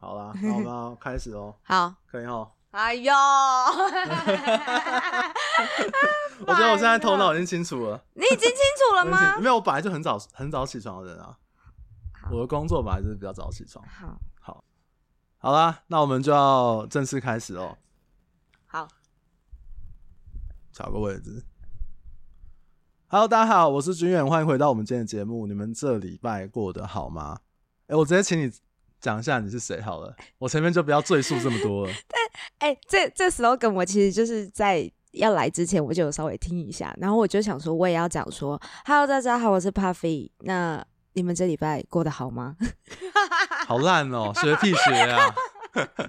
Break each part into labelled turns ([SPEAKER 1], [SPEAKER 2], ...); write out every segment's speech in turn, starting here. [SPEAKER 1] 啊，好吧，开始哦，
[SPEAKER 2] 好，
[SPEAKER 1] 可以哦。
[SPEAKER 2] 哎 呦，
[SPEAKER 1] 我觉得我现在头脑已经清楚了，
[SPEAKER 2] 你已经清楚了
[SPEAKER 1] 我已经清
[SPEAKER 2] 吗？
[SPEAKER 1] 没有，我本来就很早很早起床的人啊，我的工作本来就是比较早起床。
[SPEAKER 2] 好
[SPEAKER 1] 好啦，那我们就要正式开始哦，
[SPEAKER 2] 好，
[SPEAKER 1] 找个位置。Hello，大家好，我是君远，欢迎回到我们今天的节目。你们这礼拜过得好吗？哎、我直接请你讲一下你是谁好了，我前面就不要赘述这么多了。
[SPEAKER 2] 哎、这这 slogan 我其实就是在要来之前我就有稍微听一下，然后我就想说我也要讲说，Hello，大家好，我是 Puffy，那你们这礼拜过得好吗？
[SPEAKER 1] 好烂哦、学屁学啊！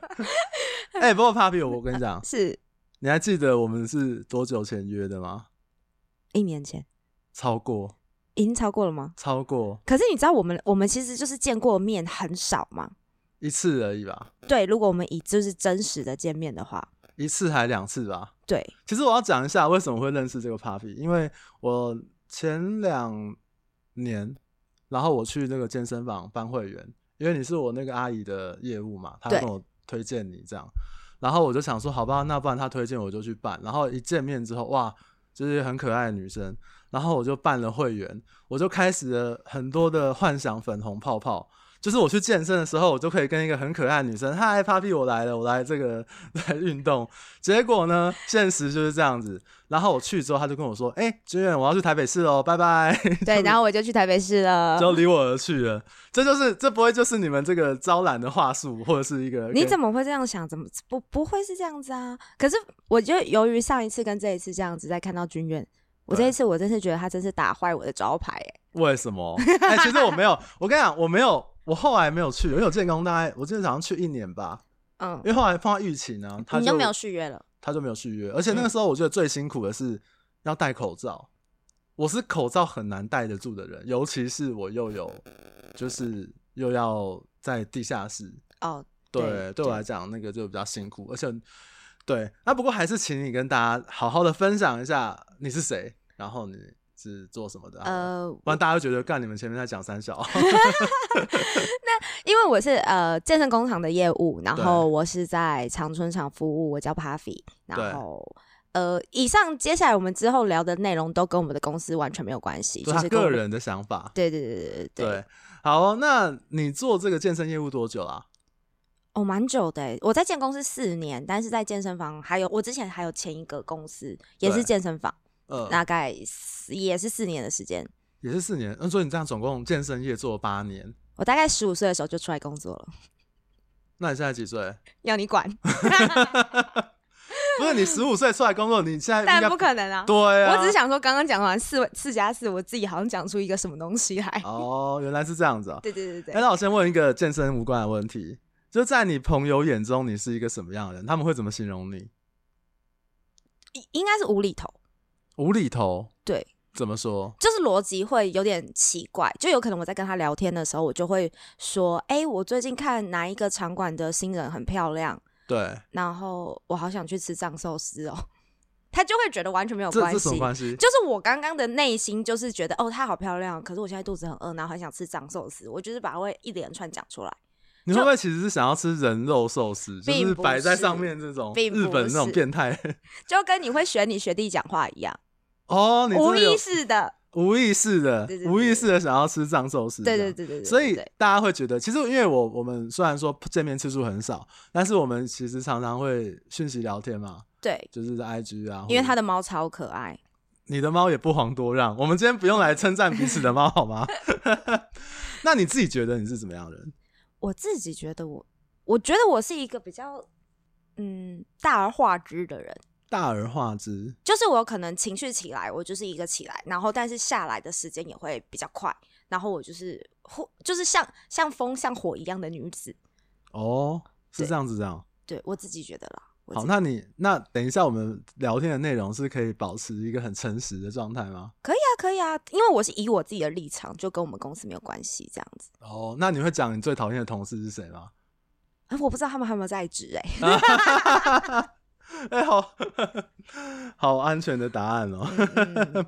[SPEAKER 1] 哎、不过 Papi，我跟你讲，
[SPEAKER 2] 是
[SPEAKER 1] 你还记得我们是多久前约的吗？
[SPEAKER 2] 一年前，
[SPEAKER 1] 超过，
[SPEAKER 2] 已经超过了吗？
[SPEAKER 1] 超过
[SPEAKER 2] 可是你知道我们我们其实就是见过面很少嘛，
[SPEAKER 1] 一次而已吧，
[SPEAKER 2] 对，如果我们以就是真实的见面的话，
[SPEAKER 1] 一次还两次吧。
[SPEAKER 2] 对，
[SPEAKER 1] 其实我要讲一下为什么会认识这个 Papi，因为我前两年，然后我去那个健身房办会员，因为你是我那个阿姨的业务嘛，她
[SPEAKER 2] 对
[SPEAKER 1] 跟我推荐你这样，然后我就想说，好吧，那不然她推荐我就去办，然后一见面之后，哇，就是很可爱的女生，然后我就办了会员，我就开始了很多的幻想粉红泡泡。就是我去健身的时候，我就可以跟一个很可爱的女生，嗨，Papi，我来了，我来这个 来运动。结果呢，现实就是这样子。然后我去之后，她就跟我说，哎、君远，我要去台北市喽，拜拜。
[SPEAKER 2] 对，然后我就去台北市了。
[SPEAKER 1] 就离我而去了。这就是这不会就是你们这个招揽的话术，或者是一个
[SPEAKER 2] 你
[SPEAKER 1] 跟
[SPEAKER 2] 怎么会这样想？怎么不不会是这样子啊？可是我就由于上一次跟这一次这样子，在看到君远，我这一次我真是觉得他真是打坏我的招牌、欸，
[SPEAKER 1] 为什么？哎、其实我没有， 我跟你讲，我没有，我后来没有去，因为我建工大概我记得好像去一年吧，因
[SPEAKER 2] 嗯，
[SPEAKER 1] 为后来碰到疫情呢、啊，他
[SPEAKER 2] 你
[SPEAKER 1] 就
[SPEAKER 2] 都没有续约了，
[SPEAKER 1] 他就没有续约，而且那个时候我觉得最辛苦的是要戴口罩，我是口罩很难戴得住的人，尤其是我又有就是又要在地下室，
[SPEAKER 2] 哦，
[SPEAKER 1] 对，对我来讲那个就比较辛苦，而且对，那不过还是请你跟大家好好的分享一下你是谁，然后你是做什么的，呃，
[SPEAKER 2] 呃，
[SPEAKER 1] 不然大家会觉得干你们前面在讲三 小，
[SPEAKER 2] 因为我是呃健身工厂的业务，然
[SPEAKER 1] 对
[SPEAKER 2] 后我是在长春厂服务，我叫 Puffy，
[SPEAKER 1] 对
[SPEAKER 2] 然后呃，以上接下来我们之后聊的内容都跟我们的公司完全没有关系，
[SPEAKER 1] 就
[SPEAKER 2] 就
[SPEAKER 1] 他
[SPEAKER 2] 是跟我
[SPEAKER 1] 个
[SPEAKER 2] 们，
[SPEAKER 1] 人的想法。
[SPEAKER 2] 对对对对对
[SPEAKER 1] 对，好，哦那你做这个健身业务多久啊啦、
[SPEAKER 2] 哦，蛮久的欸。我在健公司四年，但是在健身房还有我之前还有前一个公司也
[SPEAKER 1] 对
[SPEAKER 2] 是健身房，
[SPEAKER 1] 呃，
[SPEAKER 2] 大概四也是四年的时间。
[SPEAKER 1] 也是四年。嗯，所以你这样总共健身业做了八年，
[SPEAKER 2] 我大概十五岁的时候就出来工作了，
[SPEAKER 1] 那你现在几岁？
[SPEAKER 2] 要 你管？
[SPEAKER 1] 不是你十五岁出来工作，你现在
[SPEAKER 2] 但
[SPEAKER 1] 应该
[SPEAKER 2] 不可能啊！
[SPEAKER 1] 对啊。
[SPEAKER 2] 我只是想说，刚刚讲完四四加四，我自己好像讲出一个什么东西来。
[SPEAKER 1] 哦，原来是这 样子啊。
[SPEAKER 2] 对对对
[SPEAKER 1] 哎、
[SPEAKER 2] 对，
[SPEAKER 1] 那我先问一个健身无关的问题，就在你朋友眼中，你是一个什么样的人？他们会怎么形容你？
[SPEAKER 2] 应应该是无厘头，
[SPEAKER 1] 无厘头？
[SPEAKER 2] 对，
[SPEAKER 1] 怎么说？
[SPEAKER 2] 就是逻辑会有点奇怪，就有可能我在跟他聊天的时候，我就会说：“哎、我最近看哪一个场馆的新人很漂亮。”
[SPEAKER 1] 对，
[SPEAKER 2] 然后我好想去吃藏寿司哦， 他就会觉得完全没有
[SPEAKER 1] 这
[SPEAKER 2] 关
[SPEAKER 1] 这
[SPEAKER 2] 系。
[SPEAKER 1] 什么关系？
[SPEAKER 2] 就是我刚刚的内心就是觉得哦，她好漂亮，可是我现在肚子很饿，然后很想吃藏寿司，我就是把它会一连串讲出来，
[SPEAKER 1] 你会不会其实是想要吃人肉寿司，就
[SPEAKER 2] 并
[SPEAKER 1] 是
[SPEAKER 2] 不
[SPEAKER 1] 摆在
[SPEAKER 2] 是
[SPEAKER 1] 上面这种
[SPEAKER 2] 并
[SPEAKER 1] 日
[SPEAKER 2] 不
[SPEAKER 1] 本那种
[SPEAKER 2] 是
[SPEAKER 1] 变态？
[SPEAKER 2] 就跟你会学你学弟讲话一样，
[SPEAKER 1] 哦，你真
[SPEAKER 2] 无
[SPEAKER 1] 的有
[SPEAKER 2] 意识的，
[SPEAKER 1] 无意识的
[SPEAKER 2] 对对、对
[SPEAKER 1] 无意识的想要吃藏寿司这
[SPEAKER 2] 对
[SPEAKER 1] 样，
[SPEAKER 2] 对对对对，
[SPEAKER 1] 所以
[SPEAKER 2] 对
[SPEAKER 1] 大家会觉得，其实因为我我们虽然说见面次数很少，但是我们其实常常会讯息聊天嘛，
[SPEAKER 2] 对，
[SPEAKER 1] 就是在 IG 啊，
[SPEAKER 2] 因为
[SPEAKER 1] 或者
[SPEAKER 2] 他的猫超可爱，
[SPEAKER 1] 你的猫也不遑多让。我们今天不用来称赞彼此的猫好吗？ 那你自己觉得你是怎么样的人？
[SPEAKER 2] 我自己觉得我，我觉得我是一个比较嗯大而化之的人。
[SPEAKER 1] 大而化之，
[SPEAKER 2] 就是我有可能情绪起来，我就是一个起来，然后但是下来的时间也会比较快，然后我就是火，就是像像风像火一样的女子，
[SPEAKER 1] 哦，是
[SPEAKER 2] 对
[SPEAKER 1] 这样子这样。
[SPEAKER 2] 对我自己觉得啦。我自
[SPEAKER 1] 好，
[SPEAKER 2] 己
[SPEAKER 1] 那你那等一下我们聊天的内容是可以保持一个很诚实的状态吗？
[SPEAKER 2] 可以啊，可以啊，因为我是以我自己的立场，就跟我们公司没有关系这样子。
[SPEAKER 1] 哦，那你会讲你最讨厌的同事是谁吗？
[SPEAKER 2] 啊我不知道他们还有没有在职哎、
[SPEAKER 1] 哎、好 好安全的答案哦。
[SPEAKER 2] 嗯嗯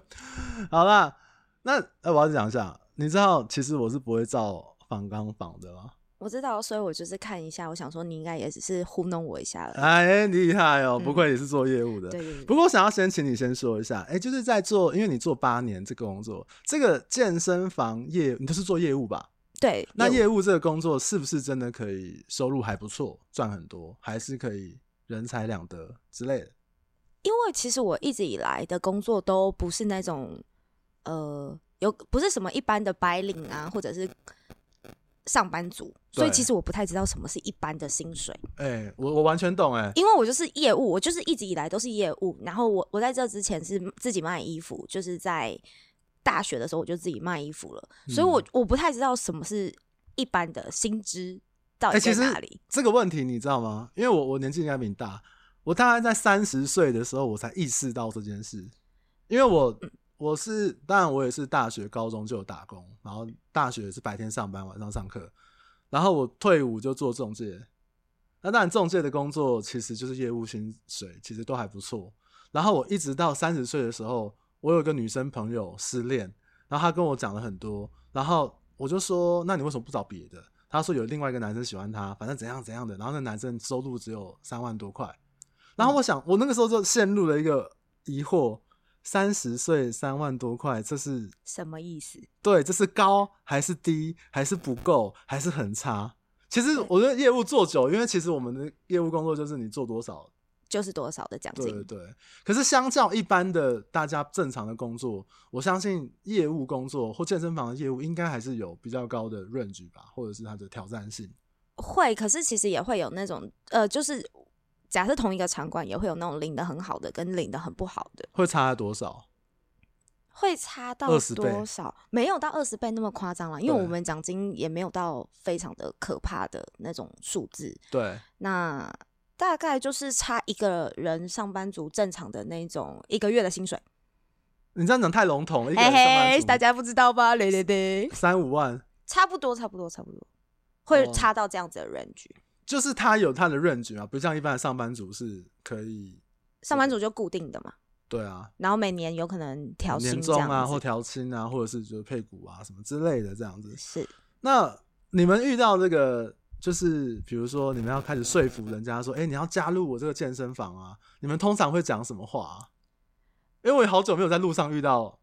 [SPEAKER 1] 好啦，那、呃我要讲一下，你知道其实我是不会照仿纲仿的吗？
[SPEAKER 2] 我知道，所以我就是看一下，我想说你应该也只是糊弄我一下 了。
[SPEAKER 1] 哎，厉害哦，
[SPEAKER 2] 嗯
[SPEAKER 1] 不愧也是做业务的。
[SPEAKER 2] 对对对，
[SPEAKER 1] 不过，我想要先请你先说一下，哎，就是在做，因为你做八年这个工作，这个健身房业，你都是做业务吧？
[SPEAKER 2] 对，
[SPEAKER 1] 那
[SPEAKER 2] 有
[SPEAKER 1] 业务这个工作是不是真的可以收入还不错，赚很多，还是可以人财两得之类的？
[SPEAKER 2] 因为其实我一直以来的工作都不是那种呃有不是什么一般的白领啊，或者是上班族，所以
[SPEAKER 1] 对
[SPEAKER 2] 其实我不太知道什么是一般的薪水，
[SPEAKER 1] 哎、我我完全懂哎、
[SPEAKER 2] 因为我就是业务，我就是一直以来都是业务。然后我我在这之前是自己卖衣服，就是在大学的时候我就自己卖衣服了，
[SPEAKER 1] 嗯
[SPEAKER 2] 所以我我不太知道什么是一般的薪资到
[SPEAKER 1] 哎、
[SPEAKER 2] 底
[SPEAKER 1] 其
[SPEAKER 2] 在
[SPEAKER 1] 实
[SPEAKER 2] 哪里。
[SPEAKER 1] 这个问题你知道吗？因为我我年纪应该比你大，我大概在三十岁的时候我才意识到这件事，因为我
[SPEAKER 2] 嗯
[SPEAKER 1] 我是当然我也是大学高中就有打工，然后大学是白天上班晚上上课，然后我退伍就做中介，那当然中介的工作其实就是业务薪水，其实都还不错。然后我一直到三十岁的时候，我有一个女生朋友失恋，然后她跟我讲了很多，然后我就说：“那你为什么不找别的？”她说有另外一个男生喜欢她，反正怎样怎样的。然后那男生收入只有三万多块。然后我想，我那个时候就陷入了一个疑惑：三十岁三万多块，这是
[SPEAKER 2] 什么意思？
[SPEAKER 1] 对，这是高还是低，还是不够，还是很差？其实我觉得业务做久，因为其实我们的业务工作就是你做多少
[SPEAKER 2] 就是多少的奖
[SPEAKER 1] 对
[SPEAKER 2] 金
[SPEAKER 1] 对？对，可是相较一般的大家正常的工作，我相信业务工作或健身房的业务应该还是有比较高的 range 吧，或者是它的挑战性。
[SPEAKER 2] 会，可是其实也会有那种呃，就是假设同一个场馆也会有那种领的很好的跟领的很不好的，
[SPEAKER 1] 会差了多少？
[SPEAKER 2] 会差到
[SPEAKER 1] 20倍
[SPEAKER 2] 多少？没有到二十倍那么夸张了，因为
[SPEAKER 1] 对
[SPEAKER 2] 我们奖金也没有到非常的可怕的那种数字，
[SPEAKER 1] 对，
[SPEAKER 2] 那大概就是差一个人上班族正常的那种一个月的薪水，
[SPEAKER 1] 你这样讲太笼统了，一个
[SPEAKER 2] 嘿
[SPEAKER 1] 人上班
[SPEAKER 2] 嘿，
[SPEAKER 1] 族
[SPEAKER 2] 大家不知道吧？对 对对，
[SPEAKER 1] 三五万，
[SPEAKER 2] 差不多，差不多，差不多，会
[SPEAKER 1] 哦
[SPEAKER 2] 差到这样子的 range。
[SPEAKER 1] 就是他有他的 range 啊，不像一般的上班族是可以。
[SPEAKER 2] 上班族就固定的嘛，
[SPEAKER 1] 对啊，
[SPEAKER 2] 然后每年有可能调薪
[SPEAKER 1] 年
[SPEAKER 2] 这
[SPEAKER 1] 终
[SPEAKER 2] 样
[SPEAKER 1] 啊，
[SPEAKER 2] 子
[SPEAKER 1] 或调薪啊，或者是就是配股啊什么之类的这样子。
[SPEAKER 2] 是
[SPEAKER 1] 那你们遇到这个，就是比如说你们要开始说服人家说，哎、你要加入我这个健身房啊，你们通常会讲什么话、啊？因为我也好久没有在路上遇到，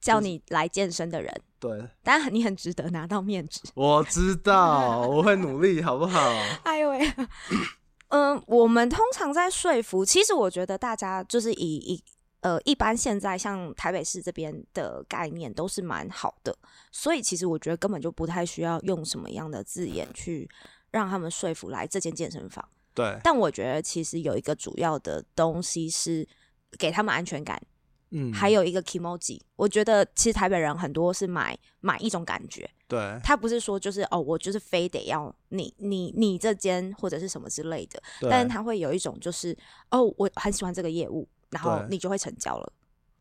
[SPEAKER 2] 叫你来健身的人，
[SPEAKER 1] 对
[SPEAKER 2] 当然你很值得拿到面子。
[SPEAKER 1] 我知道，我会努力，好 不好？
[SPEAKER 2] 哎呦喂，嗯，我们通常在说服，其实我觉得大家就是以以呃，一般现在像台北市这边的概念都是蛮好的，所以其实我觉得根本就不太需要用什么样的字眼去让他们说服来这间健身房。
[SPEAKER 1] 对，
[SPEAKER 2] 但我觉得其实有一个主要的东西是给他们安全感，
[SPEAKER 1] 嗯，
[SPEAKER 2] 还有一个 k i m o j i 我觉得其实台北人很多是买买一种感觉，
[SPEAKER 1] 对
[SPEAKER 2] 他不是说就是哦，我就是非得要你你你这间或者是什么之类的，
[SPEAKER 1] 对，
[SPEAKER 2] 但是他会有一种就是哦，我很喜欢这个业务，然后
[SPEAKER 1] 对
[SPEAKER 2] 你就会成交了。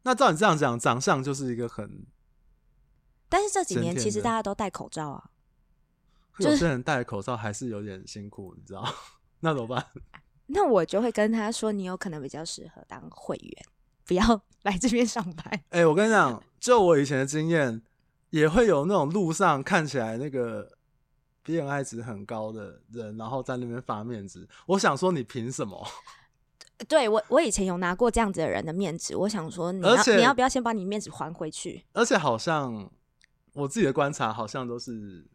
[SPEAKER 1] 那照你这样讲，长相就是一个很，
[SPEAKER 2] 但是这几
[SPEAKER 1] 整
[SPEAKER 2] 年
[SPEAKER 1] 天
[SPEAKER 2] 其实
[SPEAKER 1] 的
[SPEAKER 2] 大家都戴口罩啊，就是
[SPEAKER 1] 有些人戴口罩还是有点辛苦，你知道？ 那怎么办？
[SPEAKER 2] 那我就会跟他说，你有可能比较适合当会员，不要 来这边上 班。
[SPEAKER 1] 哎、我跟你讲，就我以前的经验，也会有那种路上看起来那个 BMI 值很高的人，然后在那边发面子。我想说，你凭什么？
[SPEAKER 2] 对我我以前有拿过这样子的人的面子，我想说你
[SPEAKER 1] 而
[SPEAKER 2] 要
[SPEAKER 1] 且
[SPEAKER 2] 你要不要先把你面子还回去？
[SPEAKER 1] 而且好像我自己的观察，好像都是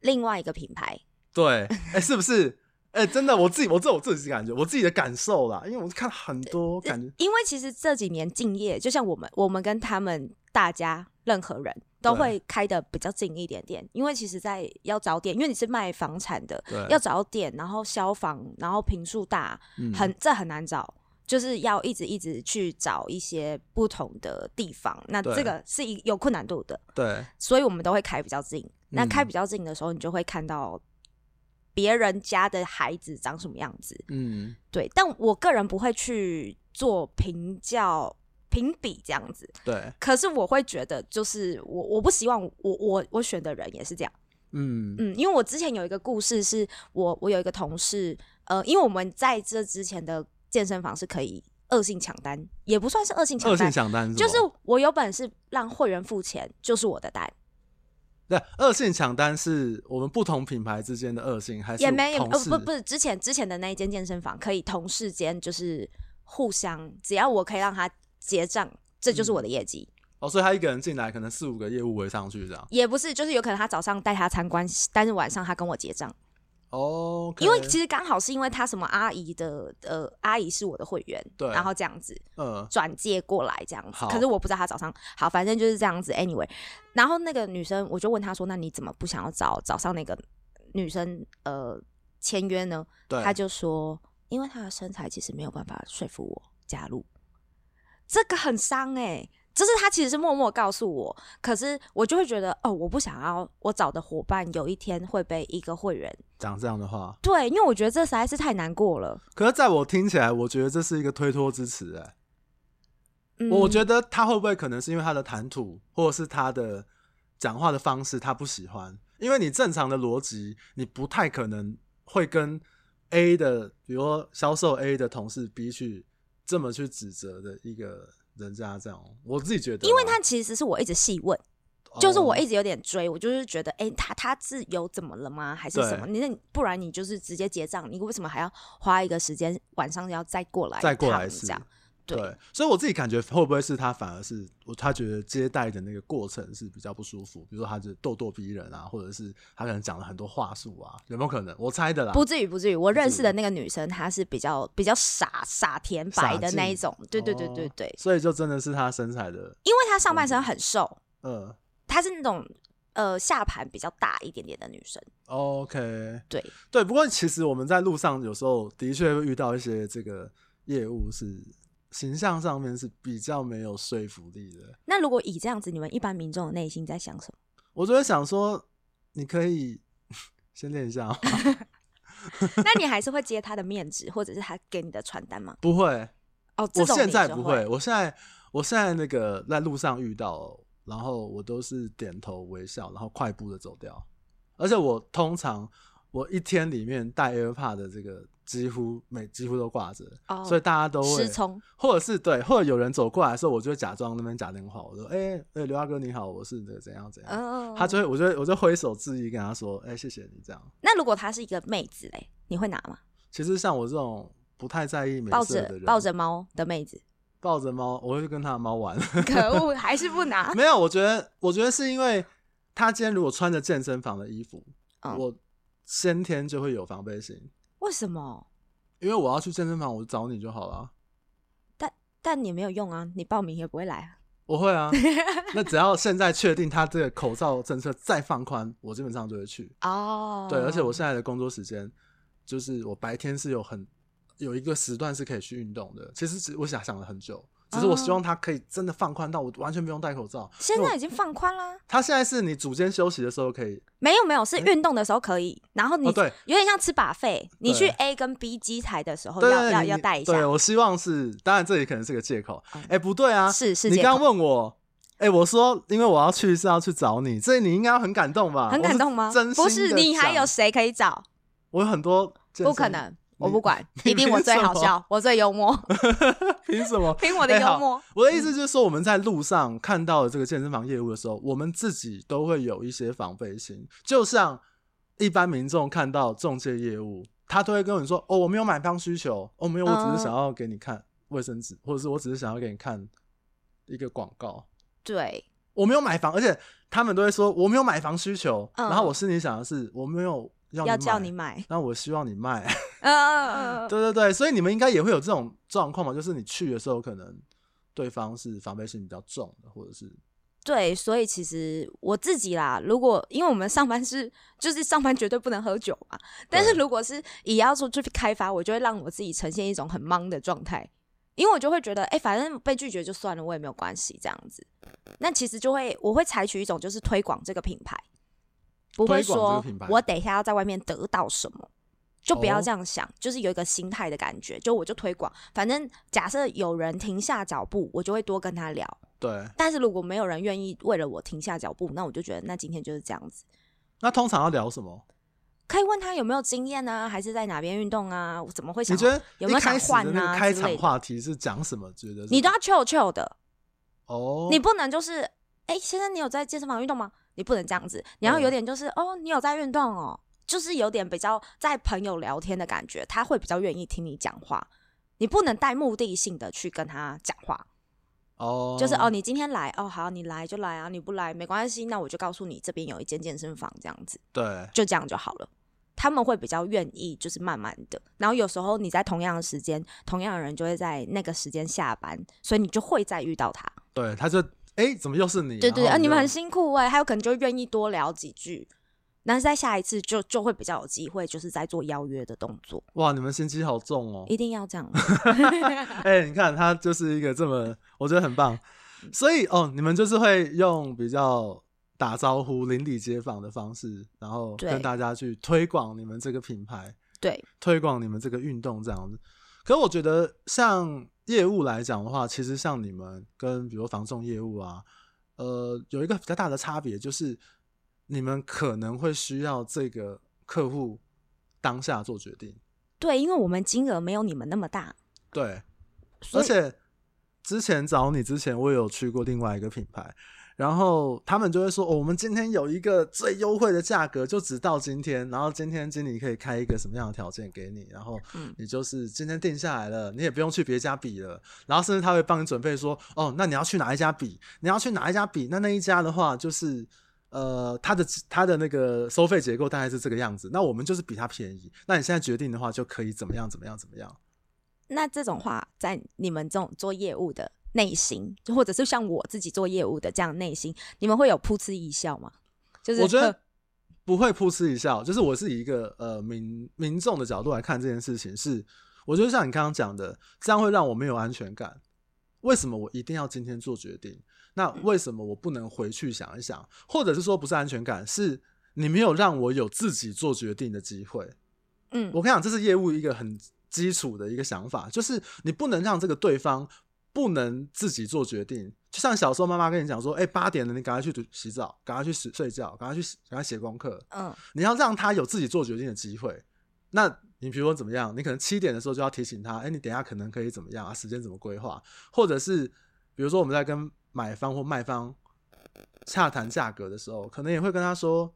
[SPEAKER 2] 另外一个品牌
[SPEAKER 1] 对，哎、是不是？哎、真的，我自己，我这我自己感觉，我自己的感受啦，因为我看很
[SPEAKER 2] 呃
[SPEAKER 1] 多感觉，
[SPEAKER 2] 因为其实这几年敬业，就像我们，我们跟他们大家任何人都
[SPEAKER 1] 对
[SPEAKER 2] 会开的比较近一点点，因为其实，在要找点，因为你是卖房产的，
[SPEAKER 1] 对，
[SPEAKER 2] 呃要找点，然后消防，然后平数大，
[SPEAKER 1] 嗯
[SPEAKER 2] 很这很难找，就是要一直一直去找一些不同的地方，那
[SPEAKER 1] 对
[SPEAKER 2] 这个是一有困难度的，
[SPEAKER 1] 对，
[SPEAKER 2] 所以我们都会开比较近。那
[SPEAKER 1] 嗯
[SPEAKER 2] 开比较近的时候，你就会看到别人家的孩子长什么样子，
[SPEAKER 1] 嗯，
[SPEAKER 2] 对，但我个人不会去做评较、评比这样子。
[SPEAKER 1] 对，
[SPEAKER 2] 可是我会觉得，就是我我不希望我我我选的人也是这样。
[SPEAKER 1] 嗯，
[SPEAKER 2] 嗯，因为我之前有一个故事是，我我有一个同事，呃，因为我们在这之前的健身房是可以恶性抢单，也不算是恶性抢
[SPEAKER 1] 恶性
[SPEAKER 2] 单，
[SPEAKER 1] 抢单什
[SPEAKER 2] 就是
[SPEAKER 1] 么
[SPEAKER 2] 我有本事让会员付钱，就是我的单。
[SPEAKER 1] 对，恶性抢单是我们不同品牌之间的恶性，还是
[SPEAKER 2] 也没有
[SPEAKER 1] 同
[SPEAKER 2] 呃
[SPEAKER 1] 事
[SPEAKER 2] 不不是之前之前的那一间健身房可以同事间就是互相，只要我可以让他结账，这就是我的业绩。
[SPEAKER 1] 哦，所以他一个人进来，可能四五个业务围上去这样。
[SPEAKER 2] 也不是，就是有可能他早上带他参观，但是晚上他跟我结账，
[SPEAKER 1] 哦，
[SPEAKER 2] 因为其实刚好是因为他什么阿姨的呃阿姨是我的会员，
[SPEAKER 1] 对
[SPEAKER 2] 然后这样子
[SPEAKER 1] 嗯
[SPEAKER 2] 转借过来这样子
[SPEAKER 1] 好，
[SPEAKER 2] 可是我不知道他早上好，反正就是这样子。Anyway，然后那个女生我就问她说：“那你怎么不想要找早上那个女生呃签约呢？”
[SPEAKER 1] 对，
[SPEAKER 2] 她就说：“因为她的身材其实没有办法说服我加入，这个很伤哎、就是她其实是默默告诉我，可是我就会觉得哦，我不想要我找的伙伴有一天会被一个会员
[SPEAKER 1] 讲这样的话，
[SPEAKER 2] 对，因为我觉得这实在是太难过了。
[SPEAKER 1] 可是在我听起来，我觉得这是一个推脱之词、哎、
[SPEAKER 2] 嗯，
[SPEAKER 1] 我觉得他会不会可能是因为他的谈吐，或者是他的讲话的方式，他不喜欢？因为你正常的逻辑，你不太可能会跟 A 的，比如说销售 A 的同事 B 去这么去指责的一个人家这样，我自己觉得啦，
[SPEAKER 2] 因为他其实是我一直细问。
[SPEAKER 1] 哦
[SPEAKER 2] 就是我一直有点追，我就是觉得，哎、他他是有怎么了吗？还是什么？
[SPEAKER 1] 对
[SPEAKER 2] 你那不然你就是直接结账，你为什么还要花一个时间晚上要再过来
[SPEAKER 1] 再过
[SPEAKER 2] 一趟
[SPEAKER 1] 来是
[SPEAKER 2] 这样？对
[SPEAKER 1] 对，所以我自己感觉会不会是他反而是我他觉得接待的那个过程是比较不舒服，比如说他就咄咄逼人啊，或者是他可能讲了很多话术啊，有没有可能？我猜的啦。
[SPEAKER 2] 不至于，不至于。我认识的那个女生，她是比较比较傻傻甜白的那一种，对对对对对，
[SPEAKER 1] 哦所以就真的是他身材的，
[SPEAKER 2] 因为她上半身很瘦，
[SPEAKER 1] 嗯
[SPEAKER 2] 她是那种呃下盘比较大一点点的女生，
[SPEAKER 1] ，OK，
[SPEAKER 2] 对，
[SPEAKER 1] 对。不过其实我们在路上有时候的确会遇到一些这个业务是形象上面是比较没有说服力的，
[SPEAKER 2] 那如果以这样子，你们一般民众的内心在想什么？
[SPEAKER 1] 我就会想说，你可以 先练一下、哦，
[SPEAKER 2] 那你还是会接她的面值，或者是她给你的传单吗？
[SPEAKER 1] 不会，
[SPEAKER 2] 哦，这
[SPEAKER 1] 我
[SPEAKER 2] 种
[SPEAKER 1] 现
[SPEAKER 2] 你
[SPEAKER 1] 在
[SPEAKER 2] 就
[SPEAKER 1] 不
[SPEAKER 2] 会
[SPEAKER 1] 会，我现在我现在那个在路上遇到，然后我都是点头微笑，然后快步的走掉。而且我通常我一天里面带 AirPod 的这个几乎每几乎都挂着，
[SPEAKER 2] 哦
[SPEAKER 1] 所以大家都会
[SPEAKER 2] 失聪。
[SPEAKER 1] 或者是对，或者有人走过来的时候，我就会假装那边打电话，我说：“哎、哎、刘大哥你好，我是那个怎样怎样。
[SPEAKER 2] 嗯，
[SPEAKER 1] 他就会，我就会我就挥手致意，跟他说：“哎、谢谢你。”这样，
[SPEAKER 2] 那如果她是一个妹子嘞，你会拿吗？
[SPEAKER 1] 其实像我这种不太在意美
[SPEAKER 2] 抱
[SPEAKER 1] 色的
[SPEAKER 2] 着
[SPEAKER 1] 人，
[SPEAKER 2] 抱着猫的妹子，
[SPEAKER 1] 抱着猫，我会去跟他的猫玩。
[SPEAKER 2] 可恶，还是不拿。
[SPEAKER 1] 没有，我觉得，我觉得是因为他今天如果穿着健身房的衣服，
[SPEAKER 2] 嗯
[SPEAKER 1] 我先天就会有防备心，
[SPEAKER 2] 为什么？
[SPEAKER 1] 因为我要去健身房，我找你就好了。
[SPEAKER 2] 但你没有用啊，你报名也不会来啊。
[SPEAKER 1] 我会 啊，那只要现在确定他这个口罩政策再放宽，我基本上就会去。
[SPEAKER 2] 哦
[SPEAKER 1] 对，而且我现在的工作时间就是我白天是有很有一个时段是可以去运动的。其实只我想想了很久，只是我希望他可以真的放宽到我完全不用戴口罩。
[SPEAKER 2] 哦现
[SPEAKER 1] 因为
[SPEAKER 2] 在
[SPEAKER 1] 我
[SPEAKER 2] 已经放宽啦，
[SPEAKER 1] 他现在是你组间休息的时候可以
[SPEAKER 2] 没有没有，是运动的时候可以，然后你
[SPEAKER 1] 哎哦对
[SPEAKER 2] 有点像吃把费，你去
[SPEAKER 1] 对
[SPEAKER 2] A 跟 B 机台的时候
[SPEAKER 1] 对
[SPEAKER 2] 哦要
[SPEAKER 1] 对
[SPEAKER 2] 要
[SPEAKER 1] 你
[SPEAKER 2] 要
[SPEAKER 1] 你
[SPEAKER 2] 带一下，
[SPEAKER 1] 对我希望是，当然这里可能是个借口。哎、
[SPEAKER 2] 嗯
[SPEAKER 1] 不对啊，
[SPEAKER 2] 是是
[SPEAKER 1] 你
[SPEAKER 2] 借
[SPEAKER 1] 刚
[SPEAKER 2] 口。
[SPEAKER 1] 问我，哎、我说因为我要去是要去找你，这你应该很感动吧？
[SPEAKER 2] 很
[SPEAKER 1] 我
[SPEAKER 2] 感
[SPEAKER 1] 是
[SPEAKER 2] 动吗？
[SPEAKER 1] 真心
[SPEAKER 2] 不是，
[SPEAKER 1] 地
[SPEAKER 2] 你还
[SPEAKER 1] 讲
[SPEAKER 2] 有谁可以找？
[SPEAKER 1] 我有很多健
[SPEAKER 2] 不可
[SPEAKER 1] 身
[SPEAKER 2] 能，
[SPEAKER 1] 你
[SPEAKER 2] 我 不管，
[SPEAKER 1] 你
[SPEAKER 2] 一定我
[SPEAKER 1] 凭
[SPEAKER 2] 最
[SPEAKER 1] 什
[SPEAKER 2] 好
[SPEAKER 1] 么
[SPEAKER 2] 笑，我最幽默，
[SPEAKER 1] 凭什么？
[SPEAKER 2] 凭我的
[SPEAKER 1] 哎
[SPEAKER 2] 幽
[SPEAKER 1] 好
[SPEAKER 2] 默。
[SPEAKER 1] 我的意思就是说，我们在路上看到这个健身房业务的时候，我们自己都会有一些防备心，就像一般民众看到中介业务，他都会跟你说：“哦，我没有买方需求，哦，没有，我
[SPEAKER 2] 嗯
[SPEAKER 1] 只是想要给你看卫生纸，或者是我只是想要给你看一个广告，
[SPEAKER 2] 对，
[SPEAKER 1] 我没有买房。”而且他们都会说：“我没有买房需求。
[SPEAKER 2] 嗯
[SPEAKER 1] 然后我心里想的是：“我没有要
[SPEAKER 2] 要
[SPEAKER 1] 你
[SPEAKER 2] 叫
[SPEAKER 1] 买
[SPEAKER 2] 你，买，
[SPEAKER 1] 那我希望你卖。”
[SPEAKER 2] 嗯嗯嗯 嗯嗯，
[SPEAKER 1] 对对对，所以你们应该也会有这种状况嘛，就是你去的时候，可能对方是防备心比较重的，或者是
[SPEAKER 2] 对，所以其实我自己啦，如果因为我们上班是就是上班绝对不能喝酒嘛，但是
[SPEAKER 1] 对
[SPEAKER 2] 如果是也要出去开发，我就会让我自己呈现一种很懵的状态，因为我就会觉得，哎、反正被拒绝就算了，我也没有关系这样子。那其实就会我会采取一种就是推广这个品牌，不会
[SPEAKER 1] 推广这个
[SPEAKER 2] 说
[SPEAKER 1] 品牌
[SPEAKER 2] 我等一下要在外面得到什么。就不要
[SPEAKER 1] 哦
[SPEAKER 2] 这样想，就是有一个心态的感觉。就我就推广，反正假设有人停下脚步，我就会多跟他聊。
[SPEAKER 1] 对。
[SPEAKER 2] 但是如果没有人愿意为了我停下脚步，那我就觉得那今天就是这样子。
[SPEAKER 1] 那通常要聊什么？
[SPEAKER 2] 可以问他有没有经验啊，还是在哪边运动啊？我怎么会想
[SPEAKER 1] 你觉得
[SPEAKER 2] 有没有
[SPEAKER 1] 一开
[SPEAKER 2] 想
[SPEAKER 1] 始的
[SPEAKER 2] 换
[SPEAKER 1] 那
[SPEAKER 2] 啊
[SPEAKER 1] 个开
[SPEAKER 2] 之类
[SPEAKER 1] 场
[SPEAKER 2] 的
[SPEAKER 1] 话题是讲什么？觉得是
[SPEAKER 2] 你都要 chill chill 的，
[SPEAKER 1] 哦，
[SPEAKER 2] 你不能就是哎、诶先生，你有在健身房运动吗？你不能这样子，你要有点就是、哦，你有在运动哦，就是有点比较在朋友聊天的感觉，他会比较愿意听你讲话。你不能带目的性的去跟他讲话，
[SPEAKER 1] 哦，
[SPEAKER 2] 就是哦，，你今天来哦，好，你来就来啊，你不来没关系，那我就告诉你这边有一间健身房这样子。
[SPEAKER 1] 对，
[SPEAKER 2] 就这样就好了。他们会比较愿意，就是慢慢的。然后有时候你在同样的时间，同样的人就会在那个时间下班，所以你就会再遇到他。
[SPEAKER 1] 对，他就哎、诶怎么又是你？
[SPEAKER 2] 对对对，
[SPEAKER 1] 然后
[SPEAKER 2] 啊，你们很
[SPEAKER 1] 就
[SPEAKER 2] 辛苦哎、还有可能就愿意多聊几句。但是在下一次就就会比较有机会，就是在做邀约的动作，
[SPEAKER 1] 哇，你们心机好重哦。
[SPEAKER 2] 一定要这 样。
[SPEAKER 1] 哎、你看他就是一个这么，我觉得很棒。所以哦，你们就是会用比较打招呼、邻里街坊的方式，然后
[SPEAKER 2] 对
[SPEAKER 1] 跟大家去推广你们这个品牌，
[SPEAKER 2] 对，
[SPEAKER 1] 推广你们这个运动这样子。可我觉得像业务来讲的话，其实像你们跟比如防重业务啊，呃，有一个比较大的差别就是，你们可能会需要这个客户当下做决定，
[SPEAKER 2] 对，因为我们金额没有你们那么大，
[SPEAKER 1] 对，
[SPEAKER 2] 所
[SPEAKER 1] 而
[SPEAKER 2] 以
[SPEAKER 1] 且之前找你之前，我有去过另外一个品牌，然后他们就会说、哦我们今天有一个最优惠的价格，就只到今天，然后今天经理可以开一个什么样的条件给你，然后
[SPEAKER 2] 嗯
[SPEAKER 1] 你就是今天定下来了，你也不用去别家比了，然后甚至他会帮你准备说，哦，那你要去哪一家比，你要去哪一家比，那那一家的话就是。呃，它的它的那个收费结构大概是这个样子，那我们就是比它便宜。那你现在决定的话，就可以怎么样怎么样怎么样。
[SPEAKER 2] 那这种话，在你们这种做业务的内心，就或者是像我自己做业务的这样内心，你们会有噗嗤一笑吗？就是
[SPEAKER 1] 我觉
[SPEAKER 2] 呵
[SPEAKER 1] 得不会噗嗤一笑，就是我是以一个呃民民众的角度来看这件事情是，我觉得像你刚刚讲的，这样会让我没有安全感。为什么我一定要今天做决定？那为什么我不能回去想一想？或者是说不是安全感，是你没有让我有自己做决定的机会。
[SPEAKER 2] 嗯，
[SPEAKER 1] 我跟你讲，这是业务一个很基础的一个想法，就是你不能让这个对方不能自己做决定。就像小时候妈妈跟你讲说：“哎、八点了，你赶快去读洗澡，赶快去睡睡觉，赶快去赶快写功课。
[SPEAKER 2] 嗯”
[SPEAKER 1] 你要让他有自己做决定的机会。那你比如说怎么样？你可能七点的时候就要提醒他：“哎、你等一下可能可以怎么样啊？时间怎么规划？”或者是比如说我们在跟买方或卖方洽谈价格的时候，可能也会跟他说，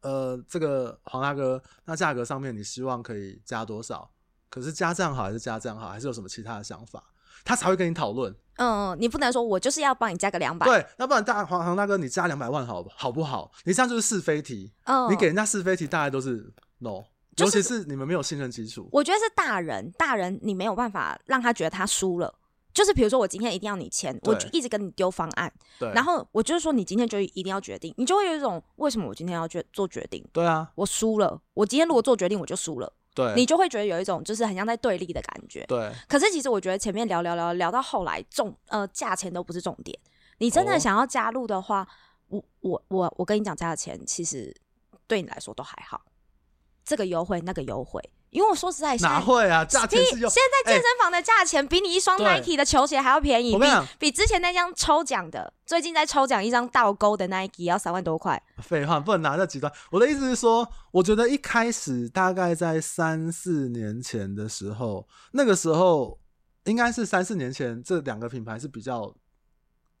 [SPEAKER 1] 呃，这个黄大哥，那价格上面你希望可以加多少？可是加这样好还是加这样好，还是有什么其他的想法？他才会跟你讨论。
[SPEAKER 2] 嗯，你不能说我就是要帮你加个两百，
[SPEAKER 1] 对，要不然大黄黄大哥，你加两百万好不好不好？你这样就是是非题，
[SPEAKER 2] 嗯，
[SPEAKER 1] 你给人家是非题，大概都是 no，、
[SPEAKER 2] 就
[SPEAKER 1] 尤
[SPEAKER 2] 是
[SPEAKER 1] 其是你们没有信任基础。
[SPEAKER 2] 我觉得是大人，大人你没有办法让他觉得他输了。就是比如说，我今天一定要你签，我
[SPEAKER 1] 对
[SPEAKER 2] 就一直跟你丢方案，
[SPEAKER 1] 对，
[SPEAKER 2] 然后我就是说你今天就一定要决定，你就会有一种为什么我今天要决做决定？
[SPEAKER 1] 对啊，
[SPEAKER 2] 我输了，我今天如果做决定我就输了，
[SPEAKER 1] 对，
[SPEAKER 2] 你就会觉得有一种就是很像在对立的感觉。
[SPEAKER 1] 对
[SPEAKER 2] 可是其实我觉得前面聊聊聊聊到后来重呃价钱都不是重点，你真
[SPEAKER 1] 哦
[SPEAKER 2] 的想要加入的话，我我我我跟你讲价钱其实对你来说都还好，这个优惠那个优惠，因为我说实在现
[SPEAKER 1] 哪
[SPEAKER 2] 在
[SPEAKER 1] 会啊？价钱
[SPEAKER 2] 比
[SPEAKER 1] 是
[SPEAKER 2] 现
[SPEAKER 1] 用
[SPEAKER 2] 在健身房的价钱比你一双
[SPEAKER 1] 对
[SPEAKER 2] Nike 的球鞋还要便宜，
[SPEAKER 1] 我
[SPEAKER 2] 比
[SPEAKER 1] 跟你讲
[SPEAKER 2] 比之前那张抽奖的最近在抽奖一张倒钩的 Nike 要三万多块，
[SPEAKER 1] 废话，不能拿这极端。我的意思是说，我觉得一开始大概在三四年前的时候，那个时候应该是三四年前，这两个品牌是比较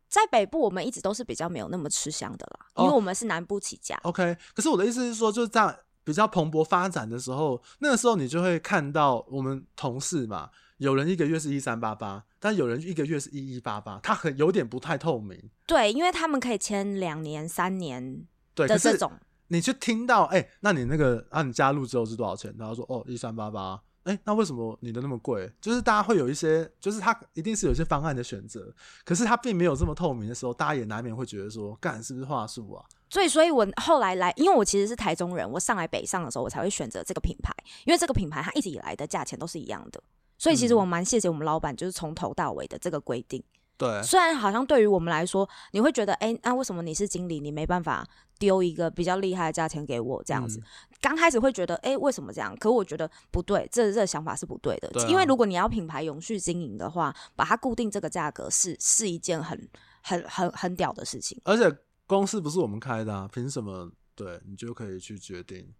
[SPEAKER 2] 在北部我们一直都是比较没有那么吃香的啦，因为
[SPEAKER 1] 哦
[SPEAKER 2] 我们是南部起家，
[SPEAKER 1] OK。可是我的意思是说，就是在比较蓬勃发展的时候，那个时候你就会看到我们同事嘛，有人一个月是一三八八，但有人一个月是一一八八，他很有点不太透明。
[SPEAKER 2] 对，因为他们可以签两年三年
[SPEAKER 1] 对，可
[SPEAKER 2] 的这
[SPEAKER 1] 是
[SPEAKER 2] 种。
[SPEAKER 1] 你去听到，哎、那你那个啊，你加入之后是多少钱？然后说哦，一三八八。哎，那为什么你的那么贵？就是大家会有一些，就是他一定是有一些方案的选择，可是他并没有这么透明的时候，大家也难免会觉得说，干是不是话术啊？
[SPEAKER 2] 所以，所以我后来来，因为我其实是台中人，我上来北上的时候，我才会选择这个品牌，因为这个品牌它一直以来的价钱都是一样的。所以其实
[SPEAKER 1] 嗯
[SPEAKER 2] 我蛮谢谢我们老板，就是从头到尾的这个规定。
[SPEAKER 1] 对
[SPEAKER 2] 虽然好像对于我们来说，你会觉得，哎、那为什么你是经理，你没办法丢一个比较厉害的价钱给我这
[SPEAKER 1] 嗯
[SPEAKER 2] 样子？刚、开始会觉得，哎、为什么这样？可我觉得不对，这这想法是不对的。
[SPEAKER 1] 对啊
[SPEAKER 2] 因为如果你要品牌永续经营的话，把它固定这个价格是是一件很很很很屌的事情。
[SPEAKER 1] 而且公司不是我们开的啊，凭什么对你就可以去决定？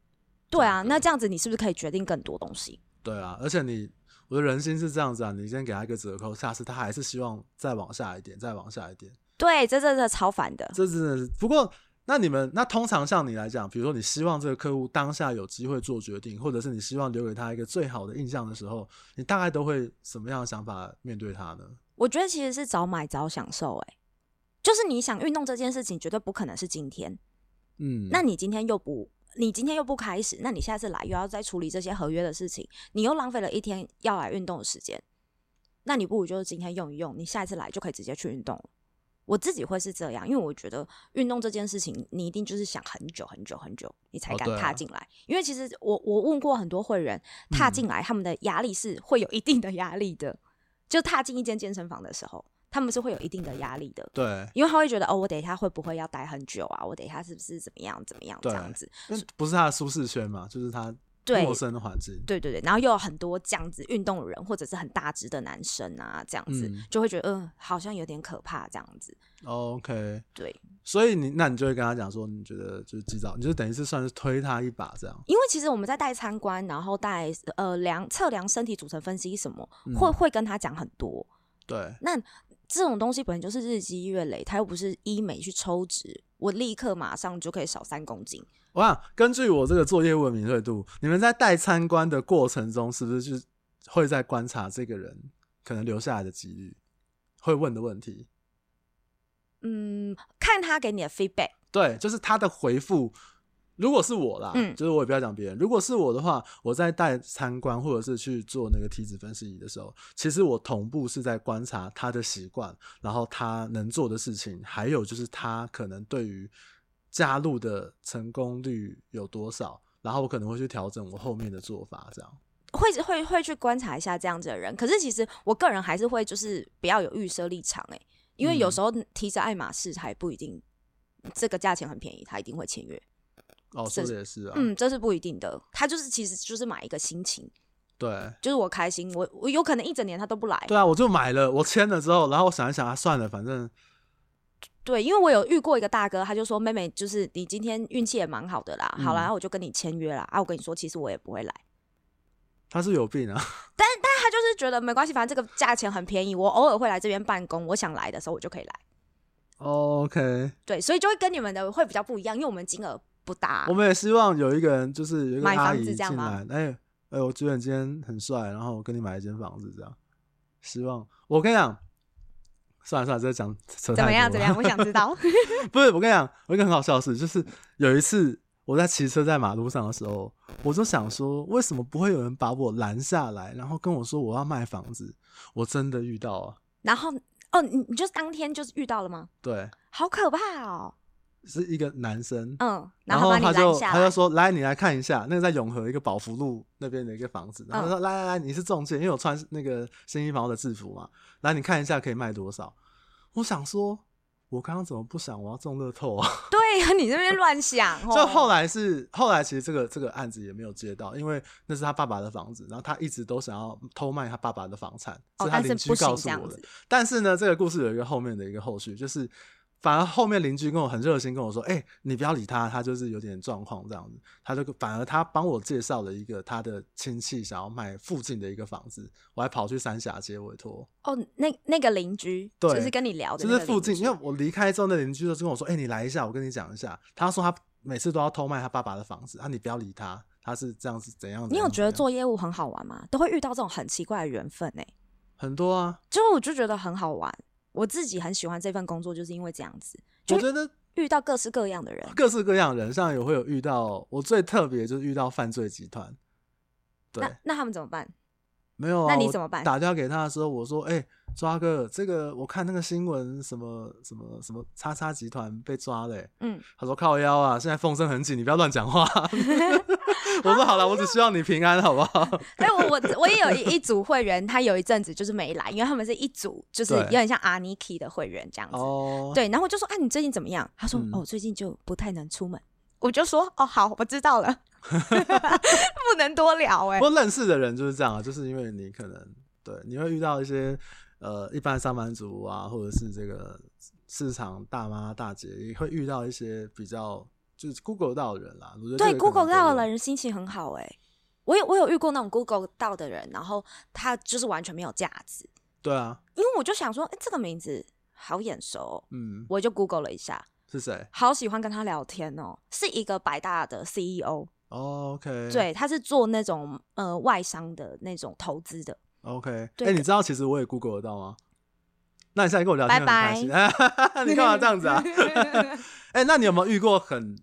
[SPEAKER 2] 对
[SPEAKER 1] 价
[SPEAKER 2] 啊，
[SPEAKER 1] 格
[SPEAKER 2] 那这样子你是不是可以决定更多东西？
[SPEAKER 1] 对啊，而且你我的人心是这样子啊，你先给他一个折扣，下次他还是希望再往下一点，再往下一点。
[SPEAKER 2] 对，这这这超烦的。
[SPEAKER 1] 这真的是，不过那你们那通常像你来讲，比如说你希望这个客户当下有机会做决定，或者是你希望留给他一个最好的印象的时候，你大概都会什么样的想法面对他呢？
[SPEAKER 2] 我觉得其实是早买早享受、欸，哎，就是你想运动这件事情，绝对不可能是今天。
[SPEAKER 1] 嗯，
[SPEAKER 2] 那你今天又不，你今天又不开始，那你下次来又要再处理这些合约的事情，你又浪费了一天要来运动的时间。那你不如就是今天用一用，你下一次来就可以直接去运动了。我自己会是这样，因为我觉得运动这件事情，你一定就是想很久很久很久，你才
[SPEAKER 1] 哦
[SPEAKER 2] 敢
[SPEAKER 1] 对啊
[SPEAKER 2] 踏进来。因为其实我我问过很多会员，踏
[SPEAKER 1] 嗯
[SPEAKER 2] 进来他们的压力是会有一定的压力的，就踏进一间健身房的时候，他们是会有一定的压力的。
[SPEAKER 1] 对，
[SPEAKER 2] 因为他会觉得哦，我等一下会不会要待很久啊？我等一下是不是怎么样怎么样
[SPEAKER 1] 对
[SPEAKER 2] 这样子？
[SPEAKER 1] 那不是他的舒适圈嘛，就是他
[SPEAKER 2] 对
[SPEAKER 1] 陌生的环境。
[SPEAKER 2] 对对对，然后又有很多这样子运动的人或者是很大只的男生啊，这样子、
[SPEAKER 1] 嗯
[SPEAKER 2] 就会觉得嗯、呃好像有点可怕这样子。
[SPEAKER 1] OK，
[SPEAKER 2] 对，
[SPEAKER 1] 所以你那你就会跟他讲说，你觉得就是及早，你就等于是算是推他一把这样。
[SPEAKER 2] 因为其实我们在带参观，然后带呃量测量身体组成分析什么，
[SPEAKER 1] 嗯
[SPEAKER 2] 会会跟他讲很多。
[SPEAKER 1] 对，
[SPEAKER 2] 那这种东西本来就是日积月累，它又不是医美去抽脂，我立刻马上就可以少三公斤。
[SPEAKER 1] 我想根据我这个做业务的敏锐度，你们在带参观的过程中，是不是就是会在观察这个人可能留下来的几率，会问的问题？
[SPEAKER 2] 嗯，看他给你的 feedback，
[SPEAKER 1] 对，就是他的回复。如果是我啦，
[SPEAKER 2] 嗯
[SPEAKER 1] 就是我也不要讲别人。如果是我的话，我在带参观或者是去做那个体脂分析仪的时候，其实我同步是在观察他的习惯，然后他能做的事情，还有就是他可能对于加入的成功率有多少，然后我可能会去调整我后面的做法，这样。
[SPEAKER 2] 会会会去观察一下这样子的人。可是其实我个人还是会就是不要有预设立场哎、欸因为
[SPEAKER 1] 嗯
[SPEAKER 2] 有时候提着爱马仕还不一定，这个价钱很便宜，他一定会签约。
[SPEAKER 1] 哦，说
[SPEAKER 2] 这
[SPEAKER 1] 的也是啊，
[SPEAKER 2] 嗯，这是不一定的，他就是其实就是买一个心情，
[SPEAKER 1] 对。
[SPEAKER 2] 就是我开心，我我有可能一整年他都不来。
[SPEAKER 1] 对啊，我就买了，我签了之后，然后我想一想啊，算了，反正
[SPEAKER 2] 对，因为我有遇过一个大哥，他就说：“妹妹，就是你今天运气也蛮好的啦，好啦，
[SPEAKER 1] 嗯
[SPEAKER 2] 那我就跟你签约啦。”啊，我跟你说，其实我也不会来，
[SPEAKER 1] 他是有病啊，
[SPEAKER 2] 但他就是觉得没关系，反正这个价钱很便宜，我偶尔会来这边办公，我想来的时候我就可以来。
[SPEAKER 1] OK，
[SPEAKER 2] 对，所以就会跟你们的会比较不一样，因为我们金额不大
[SPEAKER 1] 我。们也希望有一个人，就是有一个
[SPEAKER 2] 买
[SPEAKER 1] 阿
[SPEAKER 2] 房
[SPEAKER 1] 姨
[SPEAKER 2] 子这样
[SPEAKER 1] 进来
[SPEAKER 2] 吗，
[SPEAKER 1] 哎、哎、我觉得你今天很帅，然后我跟你买一间房子，这样。希望我跟你讲，算了算了，这讲扯
[SPEAKER 2] 怎么
[SPEAKER 1] 太
[SPEAKER 2] 样？
[SPEAKER 1] 多
[SPEAKER 2] 怎么
[SPEAKER 1] 了
[SPEAKER 2] 样？我想知道。
[SPEAKER 1] 不是，我跟你讲，有一个很好笑的事，就是有一次我在骑车在马路上的时候，我就想说，为什么不会有人把我拦下来，然后跟我说我要卖房子？我真的遇到啊，
[SPEAKER 2] 然后哦，你你就是当天就是遇到了吗？
[SPEAKER 1] 对，
[SPEAKER 2] 好可怕哦。
[SPEAKER 1] 是一个男生，
[SPEAKER 2] 嗯，
[SPEAKER 1] 然
[SPEAKER 2] 后
[SPEAKER 1] 后
[SPEAKER 2] 把你
[SPEAKER 1] 他
[SPEAKER 2] 拦
[SPEAKER 1] 就
[SPEAKER 2] 下
[SPEAKER 1] 他
[SPEAKER 2] 来
[SPEAKER 1] 就。说：“来，你来看一下，那个在永和一个宝福路那边的一个房子。”
[SPEAKER 2] 嗯
[SPEAKER 1] 然后他说：“来来来，你是中介，因为我穿那个新一房屋的制服嘛，来你看一下可以卖多少。”我想说，我刚刚怎么不想我要中乐透啊？
[SPEAKER 2] 对呀，你这边乱想哦。
[SPEAKER 1] 就后来是后来，其实这个这个案子也没有接到，因为那是他爸爸的房子，然后他一直都想要偷卖他爸爸的房产，
[SPEAKER 2] 哦，
[SPEAKER 1] 他
[SPEAKER 2] 但是
[SPEAKER 1] 邻居
[SPEAKER 2] 不行
[SPEAKER 1] 告诉
[SPEAKER 2] 这样
[SPEAKER 1] 我的
[SPEAKER 2] 子。。
[SPEAKER 1] 但是呢，这个故事有一个后面的一个后续，就是反而后面邻居跟我很热心跟我说：“哎、你不要理他，他就是有点状况这样子。”他就反而他帮我介绍了一个他的亲戚想要买附近的一个房子，我还跑去三峡街委托，
[SPEAKER 2] 哦，那那个邻居
[SPEAKER 1] 对
[SPEAKER 2] 就是跟你聊的
[SPEAKER 1] 就
[SPEAKER 2] 哦那个
[SPEAKER 1] 是
[SPEAKER 2] 邻居，
[SPEAKER 1] 附近。因为我离开之后，那邻居就跟我说：“哎、你来一下，我跟你讲一下。”他说他每次都要偷卖他爸爸的房子，啊，你不要理他，他是这样子怎样怎样。
[SPEAKER 2] 你有觉得
[SPEAKER 1] 怎样
[SPEAKER 2] 做业务很好玩吗？都会遇到这种很奇怪的缘分哎、
[SPEAKER 1] 很多啊？
[SPEAKER 2] 就我就觉得很好玩，我自己很喜欢这份工作，就是因为这样子，就
[SPEAKER 1] 我觉得
[SPEAKER 2] 遇到各式各样的人。
[SPEAKER 1] 各式各样的人，像有会有遇到我最特别就是遇到犯罪集团，对，
[SPEAKER 2] 那那他们怎么办？
[SPEAKER 1] 没有啊。
[SPEAKER 2] 那你
[SPEAKER 1] 我
[SPEAKER 2] 怎么办
[SPEAKER 1] 打电话给他的时候，我说：“哎、抓哥，这个我看那个新闻，什么什么什么叉叉集团被抓了、欸。
[SPEAKER 2] 嗯，”
[SPEAKER 1] 他说：“靠腰啊，现在风声很紧，你不要乱 讲话。”我说：“好了，我只希望你平安，好不 好
[SPEAKER 2] 哎，我我我也有一一组会员，他有一阵子就是没来，因为他们是一组，就是
[SPEAKER 1] 对
[SPEAKER 2] 有点像阿尼 k 的会员这样？”子。
[SPEAKER 1] 哦，
[SPEAKER 2] 对，然后我就说啊，你最近怎么样？他说、
[SPEAKER 1] 嗯
[SPEAKER 2] 哦，最近就不太能出门。我就说哦，好，我知道 了，不能多聊哎、
[SPEAKER 1] 不过认识的人就是这样啊，就是因为你可能对你会遇到一些呃一般上班族啊，或者是这个市场大妈大姐，也会遇到一些比较就是 Google 到的人啦。我觉得
[SPEAKER 2] 对
[SPEAKER 1] 这个可能
[SPEAKER 2] ，Google
[SPEAKER 1] 都
[SPEAKER 2] 到的
[SPEAKER 1] 有
[SPEAKER 2] 人心情很好哎、我有我有遇过那种 Google 到的人，然后他就是完全没有价值，
[SPEAKER 1] 对啊，
[SPEAKER 2] 因为我就想说，哎、这个名字好眼熟哦、
[SPEAKER 1] 嗯，
[SPEAKER 2] 我就 Google 了一下，
[SPEAKER 1] 是谁、
[SPEAKER 2] 好喜欢跟他聊天哦，是一个百大的 E CEO，
[SPEAKER 1] 哦 o k
[SPEAKER 2] 对，他是做那种呃外商的那种投资的，
[SPEAKER 1] ，OK，哎、
[SPEAKER 2] 对
[SPEAKER 1] 你知道其实我也 Google 得到吗？那你现在跟我聊天很开心， 你干嘛这样子 啊？哎、那你有没有遇过很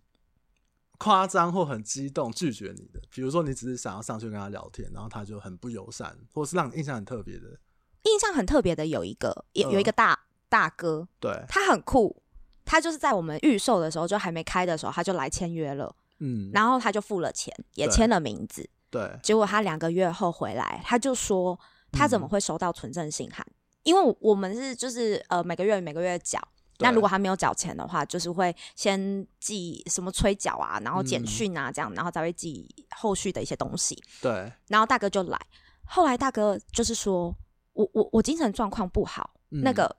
[SPEAKER 1] 夸张或很激动拒绝你的？比如说，你只是想要上去跟他聊天，然后他就很不友善，或是让你印象很特别的。
[SPEAKER 2] 印象很特别的有一个，有有一个
[SPEAKER 1] 嗯
[SPEAKER 2] 大、大哥，
[SPEAKER 1] 对，
[SPEAKER 2] 他很酷，他就是在我们预售的时候就还没开的时候，他就来签约了，
[SPEAKER 1] 嗯，
[SPEAKER 2] 然后他就付了钱，也
[SPEAKER 1] 对
[SPEAKER 2] 签了名字，
[SPEAKER 1] 对，
[SPEAKER 2] 结果他两个月后回来，他就说他
[SPEAKER 1] 嗯
[SPEAKER 2] 怎么会收到存证信函？因为我我们是就是呃每个月每个月缴，那
[SPEAKER 1] 对
[SPEAKER 2] 如果他没有缴钱的话，就是会先寄什么催缴啊，然后简
[SPEAKER 1] 嗯
[SPEAKER 2] 讯啊这样，然后才会寄后续的一些东西。
[SPEAKER 1] 对，
[SPEAKER 2] 然后大哥就来，后来大哥就是说我我我精神状况不好，
[SPEAKER 1] 嗯
[SPEAKER 2] 那个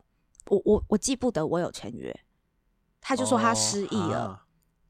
[SPEAKER 2] 我我我记不得我有签约，他就说他失忆了。
[SPEAKER 1] 哦啊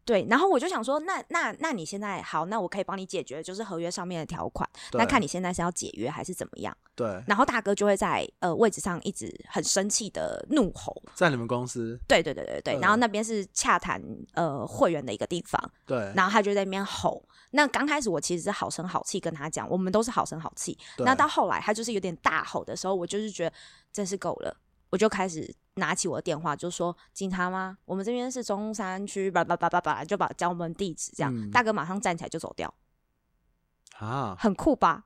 [SPEAKER 2] 对，然后我就想说，那那那你现在好，那我可以帮你解决，就是合约上面的条款。
[SPEAKER 1] 对
[SPEAKER 2] 那看你现在是要解约还是怎么样。
[SPEAKER 1] 对，
[SPEAKER 2] 然后大哥就会在呃位置上一直很生气的怒吼，
[SPEAKER 1] 在你们公司，
[SPEAKER 2] 对对对对对。
[SPEAKER 1] 嗯
[SPEAKER 2] 然后那边是洽谈呃会员的一个地方，
[SPEAKER 1] 对，
[SPEAKER 2] 然后他就在那边吼。那刚开始我其实是好声好气跟他讲，我们都是好声好气。
[SPEAKER 1] 对
[SPEAKER 2] 那到后来他就是有点大吼的时候，我就是觉得真是够了，我就开始拿起我的电话，就说警察吗？我们这边是中山区，叭叭叭叭叭，就把讲我们地址这样。
[SPEAKER 1] 嗯
[SPEAKER 2] 大哥马上站起来就走掉，
[SPEAKER 1] 啊，
[SPEAKER 2] 很酷吧？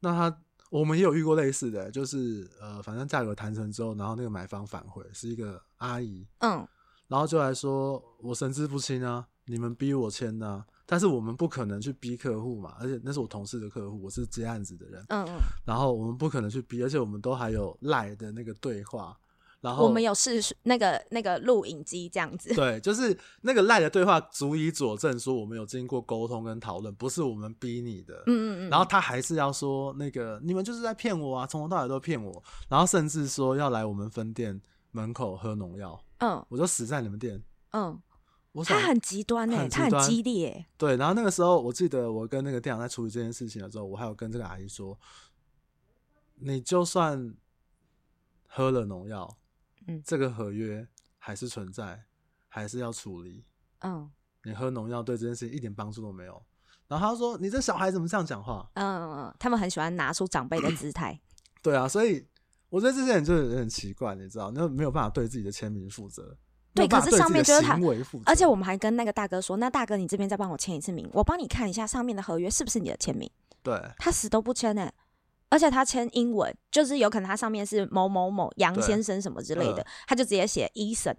[SPEAKER 1] 那他我们也有遇过类似的，就是呃，反正价格谈成之后，然后那个买方反悔是一个阿姨，
[SPEAKER 2] 嗯，
[SPEAKER 1] 然后就来说我神志不清啊，你们逼我签的、啊，但是我们不可能去逼客户嘛，而且那是我同事的客户，我是接案子的人，
[SPEAKER 2] 嗯嗯，
[SPEAKER 1] 然后我们不可能去逼，而且我们都还有赖的那个对话，然后
[SPEAKER 2] 我们有试那个那个录影机这样子，
[SPEAKER 1] 对，就是那个赖的对话足以佐证说我们有经过沟通跟讨论，不是我们逼你的。
[SPEAKER 2] 嗯嗯嗯，
[SPEAKER 1] 然后他还是要说那个你们就是在骗我啊，从头到尾都骗我，然后甚至说要来我们分店门口喝农药，
[SPEAKER 2] 嗯
[SPEAKER 1] 我就死在你们店。
[SPEAKER 2] 嗯，
[SPEAKER 1] 我想
[SPEAKER 2] 他很极端哎、
[SPEAKER 1] 很极
[SPEAKER 2] 他很
[SPEAKER 1] 端
[SPEAKER 2] 激烈、欸，
[SPEAKER 1] 对，然后那个时候我记得我跟那个店长在处理这件事情的时候，我还有跟这个阿姨说，你就算喝了农药，
[SPEAKER 2] 嗯
[SPEAKER 1] 这个合约还是存在，还是要处理。
[SPEAKER 2] 嗯
[SPEAKER 1] 你喝农药对这件事情一点帮助都没有。然后他说：“你这小孩怎么这样讲话
[SPEAKER 2] 嗯嗯，他们很喜欢拿出长辈的姿态。？”
[SPEAKER 1] 对啊，所以我觉得这些人就有点奇怪，你知道，那没有办法对自己的签名负责，
[SPEAKER 2] 对
[SPEAKER 1] 没有办法
[SPEAKER 2] 可是
[SPEAKER 1] 对自己
[SPEAKER 2] 上面
[SPEAKER 1] 的
[SPEAKER 2] 就是他
[SPEAKER 1] 行为负责，
[SPEAKER 2] 而且我们还跟那个大哥说，那大哥你这边再帮我签一次名，我帮你看一下上面的合约是不是你的签名。
[SPEAKER 1] 对
[SPEAKER 2] 他死都不签呢、而且他签英文，就是有可能他上面是某某某杨
[SPEAKER 1] 对
[SPEAKER 2] 先生什么之类的
[SPEAKER 1] 嗯，
[SPEAKER 2] 他就直接写医生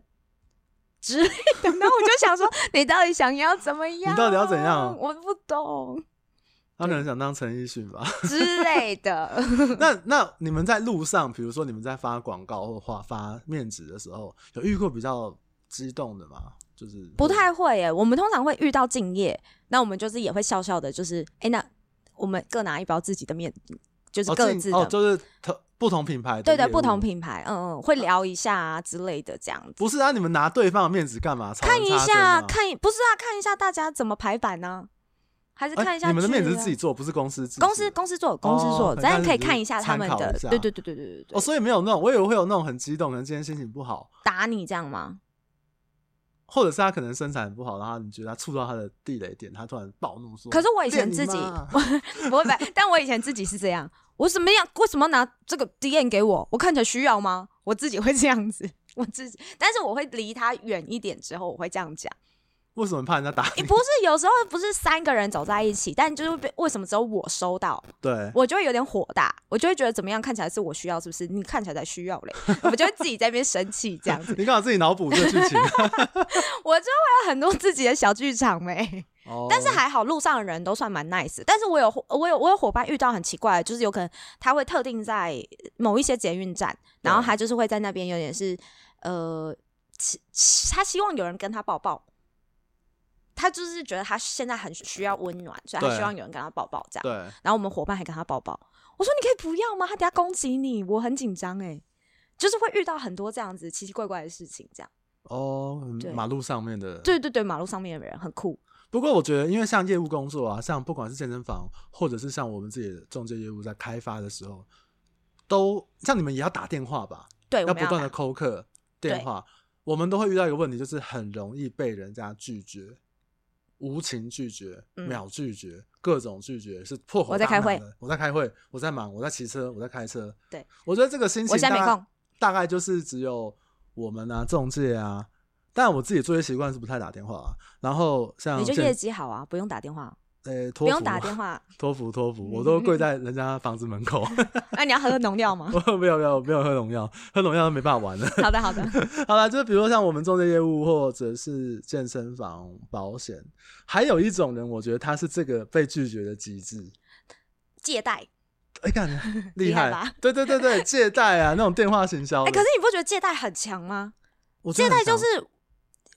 [SPEAKER 2] 之类的。 然后我就想说，你到底想要怎么样？
[SPEAKER 1] 你到底要怎样
[SPEAKER 2] 我不懂
[SPEAKER 1] 他可能想当陈奕迅吧。
[SPEAKER 2] 之类的。
[SPEAKER 1] 那那你们在路上，比如说你们在发广告或发发面纸的时候，有遇过比较激动的吗？就是
[SPEAKER 2] 不太会耶、我们通常会遇到敬业，那我们就是也会笑笑的，就是哎、诶那我们各拿一包自己的面，就是
[SPEAKER 1] 哦
[SPEAKER 2] 各
[SPEAKER 1] 进
[SPEAKER 2] 自的、
[SPEAKER 1] 哦，就是特不同品牌的
[SPEAKER 2] 对对，
[SPEAKER 1] 业务
[SPEAKER 2] 不同，品牌，嗯嗯，会聊一下啊之类的这样子。
[SPEAKER 1] 不是啊？你们拿对方的面子干嘛？
[SPEAKER 2] 看一
[SPEAKER 1] 吵人插针啊
[SPEAKER 2] 下，看一不是啊，看一下大家怎么排版呢、还是
[SPEAKER 1] 哎
[SPEAKER 2] 看一下、啊
[SPEAKER 1] 你们的面子是自己。做，不是公司制
[SPEAKER 2] 公
[SPEAKER 1] 是
[SPEAKER 2] 司
[SPEAKER 1] 的
[SPEAKER 2] 公司做，公司做，
[SPEAKER 1] 哦
[SPEAKER 2] 咱、
[SPEAKER 1] 但是
[SPEAKER 2] 可以
[SPEAKER 1] 你
[SPEAKER 2] 看一下他们
[SPEAKER 1] 参
[SPEAKER 2] 的
[SPEAKER 1] 考一，下
[SPEAKER 2] 对对对对对对对，
[SPEAKER 1] 哦，所以没有那种，我以为会有那种很激动，可能今天心情不好，
[SPEAKER 2] 打你这样吗？
[SPEAKER 1] 或者是他可能生产不好，然后你觉得他触到他的地雷点，他突然暴怒说：“
[SPEAKER 2] 可是我以
[SPEAKER 1] 变
[SPEAKER 2] 前
[SPEAKER 1] 你
[SPEAKER 2] 自己
[SPEAKER 1] 妈
[SPEAKER 2] 不会，不会，但我以前自己是这样，我怎么样？为什么拿这个 D N 给我？我看起来需要吗？我自己会这样子， 我自己，但是我会离他远一点之后，我会这样讲。
[SPEAKER 1] 为什么怕人家打
[SPEAKER 2] 也
[SPEAKER 1] 你
[SPEAKER 2] 不是有时候不是三个人走在一起，但就是被为什么只有我收到，？”
[SPEAKER 1] 对，
[SPEAKER 2] 我就会有点火大，我就会觉得怎么样看起来是我需要，是不是？你看起来才需要嘞，我就会自己在那边生气这样子，
[SPEAKER 1] 你刚好自己脑补这剧情，
[SPEAKER 2] 我就会有很多自己的小剧场欸没、
[SPEAKER 1] 哦
[SPEAKER 2] 但是还好，路上的人都算蛮 nice。但是我有我有我有伙伴遇到很奇怪的，就是有可能他会特定在某一些捷运站，然后他就是会在那边有点是呃，其其他希望有人跟他抱抱。他就是觉得他现在很需要温暖，所以他
[SPEAKER 1] 对
[SPEAKER 2] 希望有人跟他抱抱这样。
[SPEAKER 1] 对，
[SPEAKER 2] 然后我们伙伴还跟他抱抱，我说你可以不要吗？他等下攻击你，我很紧张哎。就是会遇到很多这样子奇奇怪怪的事情，这样。
[SPEAKER 1] 哦
[SPEAKER 2] 对，
[SPEAKER 1] 马路上面的，
[SPEAKER 2] 对对对，马路上面的人很酷，
[SPEAKER 1] 不过我觉得，因为像业务工作啊，像不管是健身房，或者是像我们自己的中介业务在开发的时候，都像你们也要打电话吧，
[SPEAKER 2] 对，我
[SPEAKER 1] 要
[SPEAKER 2] 们
[SPEAKER 1] 不断的
[SPEAKER 2] 打
[SPEAKER 1] 扣客电话。我们都会遇到一个问题，就是很容易被人家拒绝，无情拒绝、
[SPEAKER 2] 嗯
[SPEAKER 1] 秒拒绝、各种拒绝，是破口
[SPEAKER 2] 我在
[SPEAKER 1] 大
[SPEAKER 2] 开会
[SPEAKER 1] 骂的，我在开会，我在忙，我在骑车，我在开车。
[SPEAKER 2] 对，
[SPEAKER 1] 我觉得这个心情
[SPEAKER 2] 我现在
[SPEAKER 1] 大
[SPEAKER 2] 没
[SPEAKER 1] 概
[SPEAKER 2] 空
[SPEAKER 1] 大概就是只有我们啊，中介啊。但我自己作业习惯是不太打电话、啊，然后像
[SPEAKER 2] 你就
[SPEAKER 1] 健
[SPEAKER 2] 业绩好啊，不用打电话，
[SPEAKER 1] 呃，托
[SPEAKER 2] 不用
[SPEAKER 1] 福
[SPEAKER 2] 打电话。
[SPEAKER 1] 托福托福， 我都跪在人家房子门口。
[SPEAKER 2] 那哎你要喝农药吗？
[SPEAKER 1] 我没有没有没有喝农药，喝农药都没办法玩了。
[SPEAKER 2] 好的，好的。
[SPEAKER 1] 好了，就是比如说像我们中介业务或者是健身房、保险，还有一种人，我觉得他是这个被拒绝的极致。
[SPEAKER 2] 借贷，
[SPEAKER 1] 哎、看
[SPEAKER 2] 厉
[SPEAKER 1] 厉
[SPEAKER 2] 害
[SPEAKER 1] 害
[SPEAKER 2] 吧
[SPEAKER 1] 对对对对，借贷啊，那种电话行销的。
[SPEAKER 2] 哎、可是你不觉得借贷很强吗？
[SPEAKER 1] 我真
[SPEAKER 2] 借
[SPEAKER 1] 的
[SPEAKER 2] 贷
[SPEAKER 1] 很
[SPEAKER 2] 就
[SPEAKER 1] 常
[SPEAKER 2] 是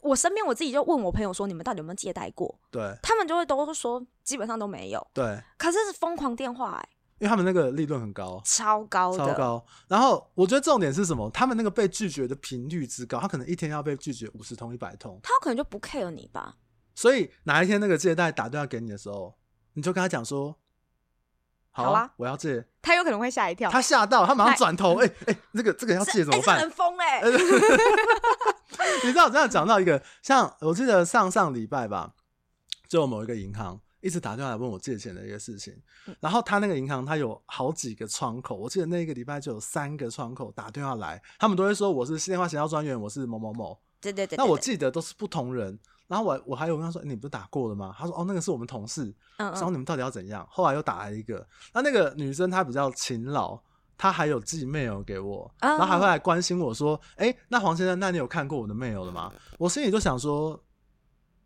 [SPEAKER 2] 我身边我自己就问我朋友说，你们到底有没有借贷过？
[SPEAKER 1] 对
[SPEAKER 2] 他们就会都说基本上都没有。
[SPEAKER 1] 对，
[SPEAKER 2] 可是是疯狂电话、哎，
[SPEAKER 1] 因为他们那个利润很高。
[SPEAKER 2] 超高
[SPEAKER 1] 超
[SPEAKER 2] 的，
[SPEAKER 1] 高，然后我觉得重点是什么？他们那个被拒绝的频率之高，他可能一天要被拒绝五十通、一百通，
[SPEAKER 2] 他可能就不 care 你吧。
[SPEAKER 1] 所以哪一天那个借贷打电话给你的时候，你就跟他讲说：“好
[SPEAKER 2] 好啊
[SPEAKER 1] 我要借。
[SPEAKER 2] 他有可能会吓一跳，
[SPEAKER 1] 他吓到，他马上转头，哎哎、那个这个要
[SPEAKER 2] 这
[SPEAKER 1] 借怎么
[SPEAKER 2] 哎这
[SPEAKER 1] 办？
[SPEAKER 2] 人疯嘞、
[SPEAKER 1] 呃你知道我这样讲到一个，像我记得上上礼拜吧，就某一个银行一直打电话来问我借钱的一个事情，
[SPEAKER 2] 嗯
[SPEAKER 1] 然后他那个银行他有好几个窗口，我记得那一个礼拜就有三个窗口打电话来，他们都会说我是电话协调专员，我是某某某，
[SPEAKER 2] 对对对对
[SPEAKER 1] 那我
[SPEAKER 2] 对
[SPEAKER 1] 记得都是不同人。然后我我还有跟他说，欸你不是打过了吗？他说哦，那个是我们同事。
[SPEAKER 2] 嗯
[SPEAKER 1] 然后
[SPEAKER 2] 嗯，
[SPEAKER 1] 你们到底要怎样？后来又打来一个，那那个女生她比较勤劳，她还有寄 mail 给我，
[SPEAKER 2] 啊
[SPEAKER 1] 然后还会来关心我说：“哎、那黄先生，那你有看过我的 mail 了吗？”我心里就想说，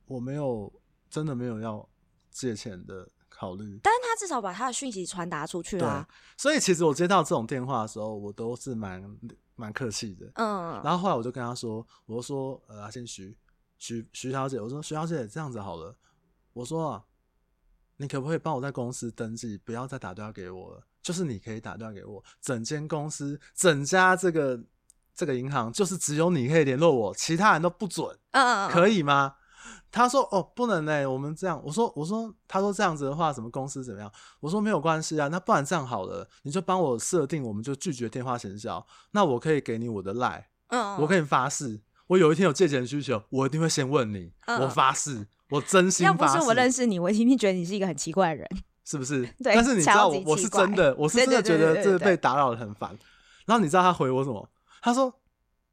[SPEAKER 1] 我没有，真的没有要借钱的考虑。
[SPEAKER 2] 但是他至少把他的讯息传达出去
[SPEAKER 1] 对
[SPEAKER 2] 啊，，
[SPEAKER 1] 所以其实我接到这种电话的时候，我都是蛮蛮客气的。
[SPEAKER 2] 嗯，
[SPEAKER 1] 然后后来我就跟他说，我就说，呃，阿信徐徐徐小姐，我说徐小姐这样子好了，我说啊，你可不可以帮我在公司登记，不要再打电话给我了？就是你可以打电话给我，整间公司、整家这个这个银行，就是只有你可以联络我，其他人都不准。
[SPEAKER 2] 嗯嗯，
[SPEAKER 1] 可以吗？他说哦，不能嘞、我们这样。我说我说，他说这样子的话，什么公司怎么样？我说没有关系啊，那不然这样好了，你就帮我设定，我们就拒绝电话行销。那我可以给你我的赖，
[SPEAKER 2] 嗯，
[SPEAKER 1] 我跟你发誓，我有一天有借钱需求，我一定会先问你，
[SPEAKER 2] 嗯
[SPEAKER 1] 我发誓，我真心
[SPEAKER 2] 要不
[SPEAKER 1] 发誓，
[SPEAKER 2] 是我认识你，我一定觉得你是一个很奇怪的人。
[SPEAKER 1] 是不是？
[SPEAKER 2] 对
[SPEAKER 1] 但是你知道
[SPEAKER 2] 超级
[SPEAKER 1] 我我是
[SPEAKER 2] 奇怪
[SPEAKER 1] 真的，我是
[SPEAKER 2] 对
[SPEAKER 1] 真的
[SPEAKER 2] 对
[SPEAKER 1] 觉
[SPEAKER 2] 对
[SPEAKER 1] 得
[SPEAKER 2] 对
[SPEAKER 1] 这
[SPEAKER 2] 对对
[SPEAKER 1] 被打扰的很烦。然后你知道他回我什么？他说：“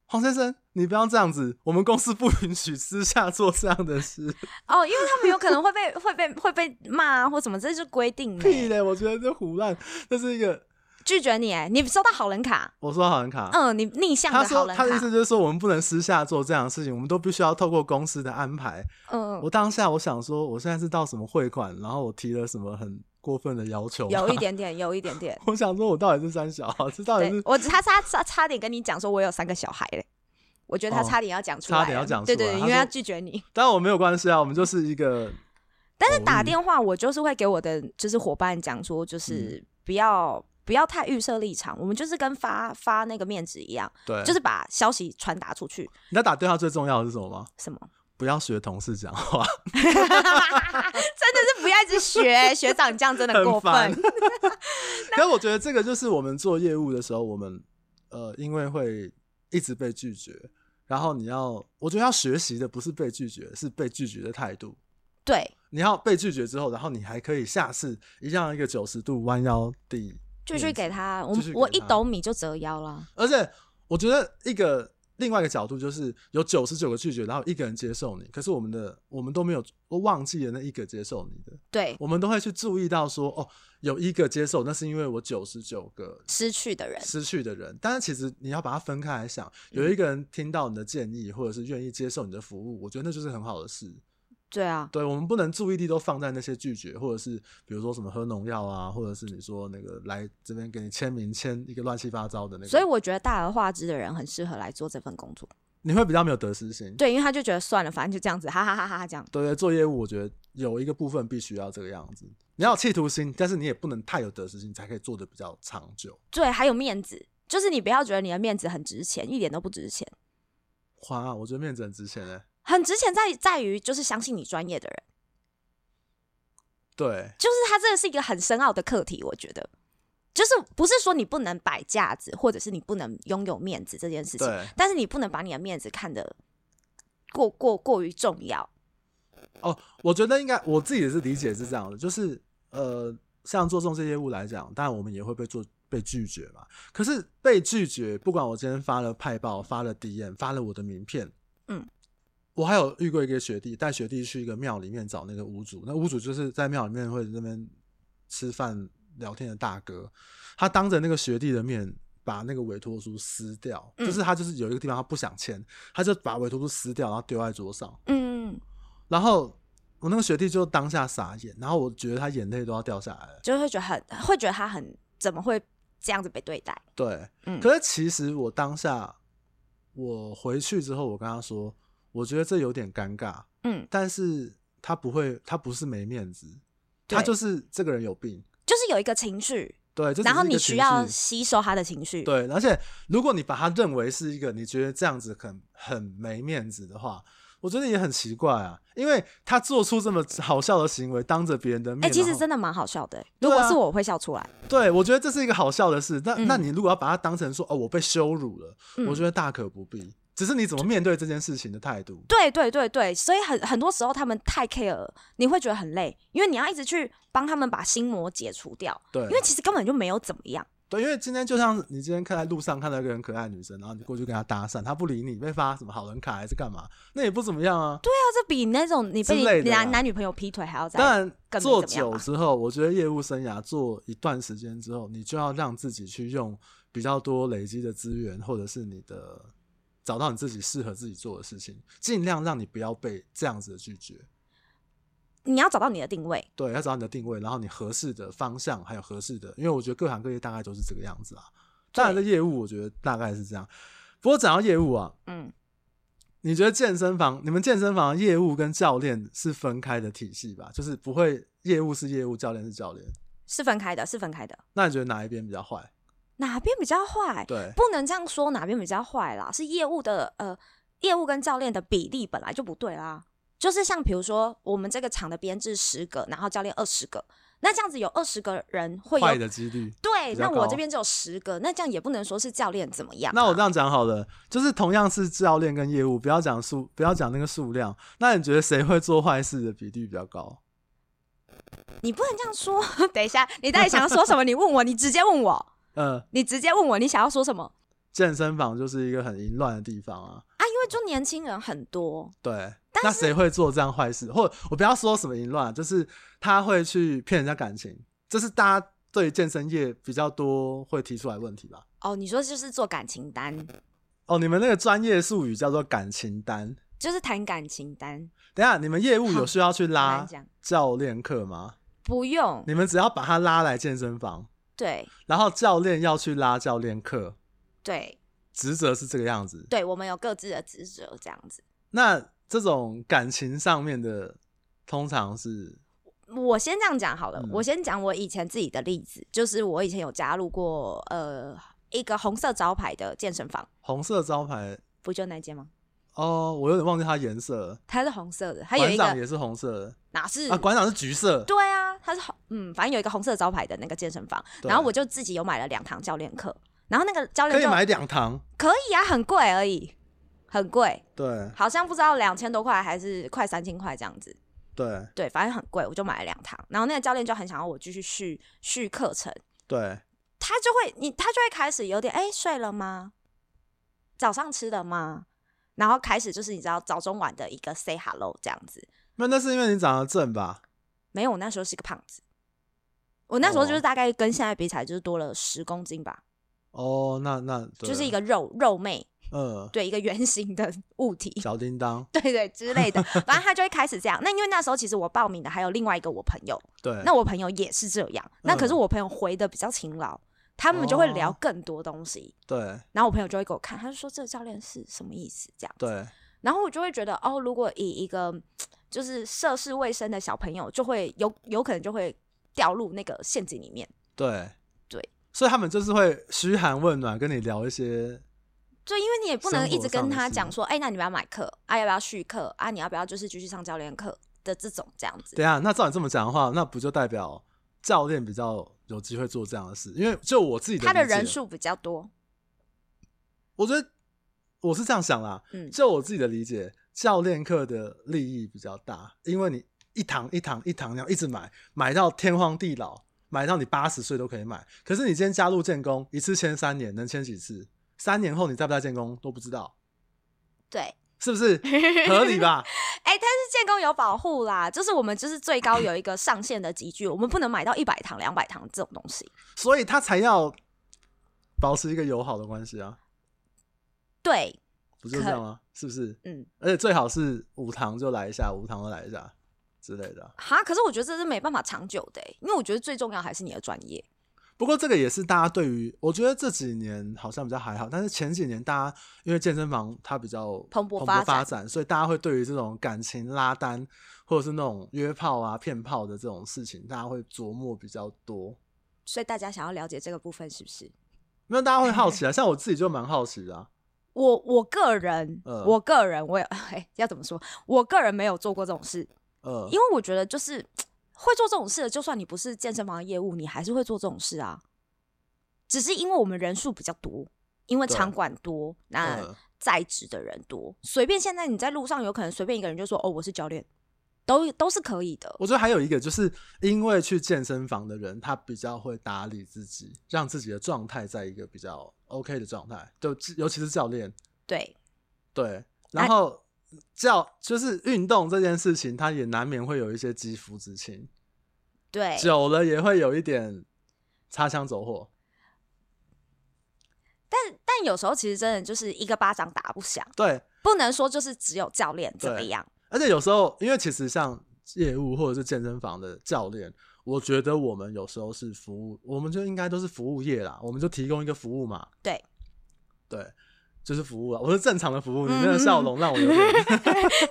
[SPEAKER 1] 黄先生，你不要这样子，我们公司不允许私下做这样的 事。”
[SPEAKER 2] 哦，因为他们有可能会被 会被会被骂啊，或什么，这是规定
[SPEAKER 1] 屁
[SPEAKER 2] 的。
[SPEAKER 1] 嘞！我觉得这胡乱，这是一个
[SPEAKER 2] 拒绝你，哎，你收到好人卡，
[SPEAKER 1] 我说好人卡。
[SPEAKER 2] 嗯，你逆向
[SPEAKER 1] 啊他
[SPEAKER 2] 的好
[SPEAKER 1] 说
[SPEAKER 2] 人
[SPEAKER 1] 他的意思
[SPEAKER 2] 卡，
[SPEAKER 1] 就是说，我们不能私下做这样的事情，我们都必须要透过公司的安排。
[SPEAKER 2] 嗯，
[SPEAKER 1] 我当下我想说，我现在是到什么汇款，然后我提了什么很过分的要求，
[SPEAKER 2] 有一。点点，有一点点。
[SPEAKER 1] 我想说，我到底是三小，啊这 到底
[SPEAKER 2] 对
[SPEAKER 1] 是
[SPEAKER 2] 我他差差差点跟你讲说，我有三个小孩嘞。我觉得他
[SPEAKER 1] 哦
[SPEAKER 2] 差点要讲出来了、
[SPEAKER 1] 差点要讲出
[SPEAKER 2] 对
[SPEAKER 1] 来
[SPEAKER 2] 对对，
[SPEAKER 1] 他
[SPEAKER 2] 因
[SPEAKER 1] 说
[SPEAKER 2] 为他拒绝你。
[SPEAKER 1] 当然我没有关系啊，我们就是一个
[SPEAKER 2] 但是打电话，我就是会给我的就是伙伴讲说，就是
[SPEAKER 1] 嗯
[SPEAKER 2] 不要、不要太预设立场，我们就是跟发发那个面子一样，
[SPEAKER 1] 对，
[SPEAKER 2] 就是把消息传达出去。
[SPEAKER 1] 你在打电话最重要的是什么吗？
[SPEAKER 2] 什么？
[SPEAKER 1] 不要学同事讲话，
[SPEAKER 2] 真的是不要一直
[SPEAKER 1] 欸
[SPEAKER 2] 学学长，你这样真的很过
[SPEAKER 1] 很 烦
[SPEAKER 2] 分。。
[SPEAKER 1] 可是我觉得这个就是我们做业务的时候，我们呃，因为会一直被拒绝，然后你要，我觉得要学习的不是被拒绝，是被拒绝的态度。
[SPEAKER 2] 对，
[SPEAKER 1] 你要被拒绝之后，然后你还可以下次一样一个九十度弯腰地，
[SPEAKER 2] 继续给他，我
[SPEAKER 1] 继续给
[SPEAKER 2] 我一
[SPEAKER 1] 他
[SPEAKER 2] 斗米就折腰啦。
[SPEAKER 1] 而且我觉得一个另外一个角度就是有九十九个拒绝，然后一个人接受你，可是我们的我们都没有都忘记了那一个接受你的，
[SPEAKER 2] 对，
[SPEAKER 1] 我们都会去注意到说哦，有一个接受，那是因为我九十九个
[SPEAKER 2] 失去的人，
[SPEAKER 1] 失去的人，但是其实你要把它分开来想，
[SPEAKER 2] 嗯
[SPEAKER 1] 有一个人听到你的建议，或者是愿意接受你的服务，我觉得那就是很好的事。
[SPEAKER 2] 对啊，
[SPEAKER 1] 对我们不能注意力都放在那些拒绝，或者是比如说什么喝农药啊，或者是你说那个来这边给你签名签一个乱七八糟的那个，
[SPEAKER 2] 所以我觉得大而化之的人很适合来做这份工作。
[SPEAKER 1] 你会比较没有得失心。
[SPEAKER 2] 对，因为他就觉得算了，反正就这样子，哈哈哈哈哈这样。
[SPEAKER 1] 对对，做业务我觉得有一个部分必须要这个样子，你要有企图心，但是你也不能太有得失心，才可以做的比较长久。
[SPEAKER 2] 对，还有面子，就是你不要觉得你的面子很值钱，一点都不值钱。
[SPEAKER 1] 哇，我觉得面子很值钱哎、
[SPEAKER 2] 很值钱在在于就是相信你专业的人，
[SPEAKER 1] 对，
[SPEAKER 2] 就是他这个是一个很深奥的课题，我觉得。就是不是说你不能摆架子，或者是你不能拥有面子这件事情
[SPEAKER 1] 对，
[SPEAKER 2] 但是你不能把你的面子看得过过过于重要。
[SPEAKER 1] 哦，我觉得应该我自己也是理解是这样的，就是呃，像做中介业务来讲，当然我们也会被做被拒绝嘛。可是被拒绝，不管我今天发了派报、发了 DM、发了我的名片，
[SPEAKER 2] 嗯，
[SPEAKER 1] 我还有遇过一个学弟，带学弟去一个庙里面找那个屋主，那屋主就是在庙里面会那边吃饭聊天的大哥，他当着那个学弟的面。把那个委托书撕掉，
[SPEAKER 2] 嗯
[SPEAKER 1] 就是他就是有一个地方他不想签，他就把委托书撕掉，然后丢在桌上。
[SPEAKER 2] 嗯，
[SPEAKER 1] 然后我那个学弟就当下傻眼，然后我觉得他眼泪都要掉下来了。
[SPEAKER 2] 就会觉得很会觉得他很怎么会这样子被对待？
[SPEAKER 1] 对，
[SPEAKER 2] 嗯
[SPEAKER 1] 可是其实我当下我回去之后，我跟他说，我觉得这有点尴尬，
[SPEAKER 2] 嗯，
[SPEAKER 1] 但是他不会，他不是没面子，
[SPEAKER 2] 对
[SPEAKER 1] 他就是这个人有病。
[SPEAKER 2] 就是有一个情绪，
[SPEAKER 1] 对，这只是
[SPEAKER 2] 然后
[SPEAKER 1] 一个
[SPEAKER 2] 你
[SPEAKER 1] 情
[SPEAKER 2] 需要
[SPEAKER 1] 绪
[SPEAKER 2] 吸收他的情绪。，
[SPEAKER 1] 对，而且如果你把他认为是一个你觉得这样子很很没面子的话，我觉得也很奇怪啊，因为他做出这么好笑的行为，当着别人的面，
[SPEAKER 2] 哎、其
[SPEAKER 1] 然
[SPEAKER 2] 实
[SPEAKER 1] 后
[SPEAKER 2] 真的蛮好笑的、
[SPEAKER 1] 对
[SPEAKER 2] 如
[SPEAKER 1] 啊
[SPEAKER 2] 果是我，我会笑出来。
[SPEAKER 1] 对，我觉得这是一个好笑的事。那、
[SPEAKER 2] 嗯
[SPEAKER 1] 那你如果要把它当成说哦，我被羞辱了，
[SPEAKER 2] 嗯
[SPEAKER 1] 我觉得大可不必。只是你怎么面对这件事情的态度。
[SPEAKER 2] 对对对对，所以很很多时候他们太 care，了你会觉得很累，因为你要一直去帮他们把心魔解除掉，
[SPEAKER 1] 对，啊
[SPEAKER 2] 因为其实根本就没有怎么样。
[SPEAKER 1] 对，因为今天就像你今天看在路上看到一个很可爱的女生，然后你过去跟她搭讪，她不理你，被发什么好人卡还是干嘛，那也不怎么样啊。对，
[SPEAKER 2] 那这比那种你
[SPEAKER 1] 之类
[SPEAKER 2] 被
[SPEAKER 1] 的
[SPEAKER 2] 男
[SPEAKER 1] 啦
[SPEAKER 2] 男女朋友劈腿还要再
[SPEAKER 1] 当然
[SPEAKER 2] 更没
[SPEAKER 1] 做
[SPEAKER 2] 怎么样
[SPEAKER 1] 久
[SPEAKER 2] 吧
[SPEAKER 1] 之后，我觉得业务生涯做一段时间之后，你就要让自己去用比较多累积的资源，或者是你的找到你自己适合自己做的事情，尽量让你不要被这样子的拒绝。
[SPEAKER 2] 你要找到你的定位。
[SPEAKER 1] 对，要找到你的定位，然后你合适的方向，还有合适的，因为我觉得各行各业大概都是这个样子啊。当然，的业务我觉得大概是这样。不过讲到业务啊，
[SPEAKER 2] 嗯，
[SPEAKER 1] 你觉得健身房，你们健身房的业务跟教练是分开的体系吧？就是不会业务是业务，教练是教练。
[SPEAKER 2] 是分开的，是分开的。
[SPEAKER 1] 那你觉得哪一边比较坏？
[SPEAKER 2] 哪边比较坏？
[SPEAKER 1] 对，
[SPEAKER 2] 不能这样说哪边比较坏啦，是业务的呃，业务跟教练的比例本来就不对啦。就是像比如说我们这个厂的编制十个，然后教练二十个，那这样子有二十个人会
[SPEAKER 1] 坏
[SPEAKER 2] 有
[SPEAKER 1] 的几率。
[SPEAKER 2] 对，
[SPEAKER 1] 比较
[SPEAKER 2] 那
[SPEAKER 1] 高
[SPEAKER 2] 我这边只有十个，那这样也不能说是教练怎么样啊、
[SPEAKER 1] 那我这样讲好了，就是同样是教练跟业务，不要讲数，不要讲那个数量。那你觉得谁会做坏事的比例比较高？
[SPEAKER 2] 啊你不能这样说。 等一下，你到底想要说什么？你问我，你直接问我，
[SPEAKER 1] 呃，
[SPEAKER 2] 你直接问我，你想要说什么
[SPEAKER 1] 健身房就是一个很淫乱的地方啊。
[SPEAKER 2] 啊？因为就年轻人很多，
[SPEAKER 1] 对，那谁会做这样坏事？或我不要说什么淫乱，啊就是他会去骗人家感情，这是大家对健身业比较多会提出来的问题吧？
[SPEAKER 2] 哦，你说就是做感情单，
[SPEAKER 1] 哦，你们那个专业术语叫做感情单。
[SPEAKER 2] 就是谈感情单，
[SPEAKER 1] 等一下，你们业务有需要去
[SPEAKER 2] 好
[SPEAKER 1] 拉
[SPEAKER 2] 难讲
[SPEAKER 1] 教练课吗？
[SPEAKER 2] 不用
[SPEAKER 1] 你们只要把他拉来健身房，
[SPEAKER 2] 对
[SPEAKER 1] 然后教练要去拉教练课，
[SPEAKER 2] 对
[SPEAKER 1] 职责是这个样子。
[SPEAKER 2] 对，我们有各自的职责这样子。
[SPEAKER 1] 那这种感情上面的，通常是
[SPEAKER 2] 我先这样讲好了，
[SPEAKER 1] 嗯
[SPEAKER 2] 我先讲我以前自己的例子，就是我以前有加入过呃一个红色招牌的健身房，
[SPEAKER 1] 红色招牌
[SPEAKER 2] 不就那间吗？
[SPEAKER 1] 哦，我有点忘记它颜色了。
[SPEAKER 2] 它是红色的，还有一
[SPEAKER 1] 馆长
[SPEAKER 2] 个
[SPEAKER 1] 也是红色的
[SPEAKER 2] 哪是、
[SPEAKER 1] 啊，馆长是橘色。
[SPEAKER 2] 对啊，它是红嗯，反正有一个红色招牌的那个健身房，
[SPEAKER 1] 对
[SPEAKER 2] 然后我就自己有买了两堂教练课，然后那个教练
[SPEAKER 1] 可以
[SPEAKER 2] 就
[SPEAKER 1] 买两堂，
[SPEAKER 2] 可以啊，很贵而已，很贵，
[SPEAKER 1] 对
[SPEAKER 2] 好像不知道两千多块还是快三千块这样子，
[SPEAKER 1] 对
[SPEAKER 2] 对，反正很贵，我就买了两堂，然后那个教练就很想要我继续续续课程，
[SPEAKER 1] 对，
[SPEAKER 2] 他就会你他就会开始有点哎、睡了吗？早上吃了吗？然后开始就是你知道早中晚的一个 say hello 这样子。
[SPEAKER 1] 那那是因为你长得正吧？
[SPEAKER 2] 没有，我那时候是个胖子，我那时候就
[SPEAKER 1] 哦
[SPEAKER 2] 是大概跟现在比起来就是多了十公斤吧，
[SPEAKER 1] 哦，那那
[SPEAKER 2] 就是一
[SPEAKER 1] 个
[SPEAKER 2] 个肉肉妹，
[SPEAKER 1] 嗯
[SPEAKER 2] 对一个圆形的物 体，
[SPEAKER 1] 小叮当，
[SPEAKER 2] 对对之类的。反正他就会开始这样。那因为那时候其实我报名的还有另外一个我朋友，
[SPEAKER 1] 对，
[SPEAKER 2] 那我朋友也是这样，那可是
[SPEAKER 1] 嗯
[SPEAKER 2] 我朋友回的比较勤劳，他们就会聊
[SPEAKER 1] 哦
[SPEAKER 2] 更多东西。
[SPEAKER 1] 对
[SPEAKER 2] 然后我朋友就会给我看，他就说这个教练是什么意思这样。
[SPEAKER 1] 对
[SPEAKER 2] 然后我就会觉得哦，如果以一个嘖就是涉世未深的小朋友，就会有有可能就会掉入那个陷阱里面。
[SPEAKER 1] 对
[SPEAKER 2] 对，
[SPEAKER 1] 所以他们就是会嘘寒问暖，跟你聊一些，
[SPEAKER 2] 就因为你也不能
[SPEAKER 1] 生活
[SPEAKER 2] 一直跟他
[SPEAKER 1] 上的事
[SPEAKER 2] 讲说，哎、那你要不要买课啊？要不要续课啊？你要不要就是继续上教练课的这种这样子？
[SPEAKER 1] 等一下，那照你这么讲的话，那不就代表教练比较有机会做这样的事？因为就我自己的
[SPEAKER 2] 他的
[SPEAKER 1] 理解
[SPEAKER 2] 人，数比较多，
[SPEAKER 1] 我觉得我是这样想啦，
[SPEAKER 2] 嗯，
[SPEAKER 1] 就我自己的理解，教练课的利益比较大，因为你一堂一堂一堂那样一直买，买到天荒地老，买到你八十岁都可以买。可是你今天加入建工，一次签三年，能签几次？三年后你在不在建工都不知道，
[SPEAKER 2] 对，
[SPEAKER 1] 是不是合理吧？
[SPEAKER 2] 哎、但是建工有保护啦，就是我们就是最高有一个上限的集聚，我们不能买到一百堂、两百堂这种东西。
[SPEAKER 1] 所以他才要保持一个友好的关系啊，
[SPEAKER 2] 对，
[SPEAKER 1] 不就这样吗？是不是？
[SPEAKER 2] 嗯，
[SPEAKER 1] 而且最好是五堂就来一下，五堂就来一下之类的啊、
[SPEAKER 2] 哈，可是我觉得这是没办法长久的、欸因为我觉得最重要还是你的专业。
[SPEAKER 1] 不过这个也是大家对于，我觉得这几年好像比较还好，但是前几年大家因为健身房它比较
[SPEAKER 2] 蓬勃发展
[SPEAKER 1] 发展，所以大家会对于这种感情拉单或者是那种约炮啊、骗炮的这种事情，大家会琢磨比较多。
[SPEAKER 2] 所以大家想要了解这个部分是不是？
[SPEAKER 1] 那大家会好 奇啊，像我自己就蛮好奇的、啊，
[SPEAKER 2] 我我个人，
[SPEAKER 1] 嗯
[SPEAKER 2] 我个人，我也、 哎要怎么说？我个人没有做过这种事，
[SPEAKER 1] 呃
[SPEAKER 2] 因，为我觉得就是会做这种事的，就算你不是健身房的业务，你还是会做这种事啊。只是因为我们人数比较多，因为
[SPEAKER 1] 对
[SPEAKER 2] 场馆多，那
[SPEAKER 1] 呃
[SPEAKER 2] 在职的人多，随便现在你在路上有可能随便一个人就说哦我是教练，都都是可以的。
[SPEAKER 1] 我觉得还有一个，就是因为去健身房的人，他比较会打理自己，让自己的状态在一个比较 OK 的状态，就尤其是教练，
[SPEAKER 2] 对，
[SPEAKER 1] 对，
[SPEAKER 2] 那
[SPEAKER 1] 然后教就是运动这件事情，它也难免会有一些肌肤之亲，
[SPEAKER 2] 对，
[SPEAKER 1] 久了也会有一点擦枪走火。
[SPEAKER 2] 但有时候其实真的就是一个巴掌打不响，
[SPEAKER 1] 对，
[SPEAKER 2] 不能说就是只有教练怎么
[SPEAKER 1] 对
[SPEAKER 2] 样。
[SPEAKER 1] 而且有时候，因为其实像业务或者是健身房的教练，我觉得我们有时候是服务，我们就应该都是服务业啦，我们就提供一个服务嘛。
[SPEAKER 2] 对，
[SPEAKER 1] 对，就是服务啊，我是正常的服务，你
[SPEAKER 2] 嗯
[SPEAKER 1] 那个笑容让我有点。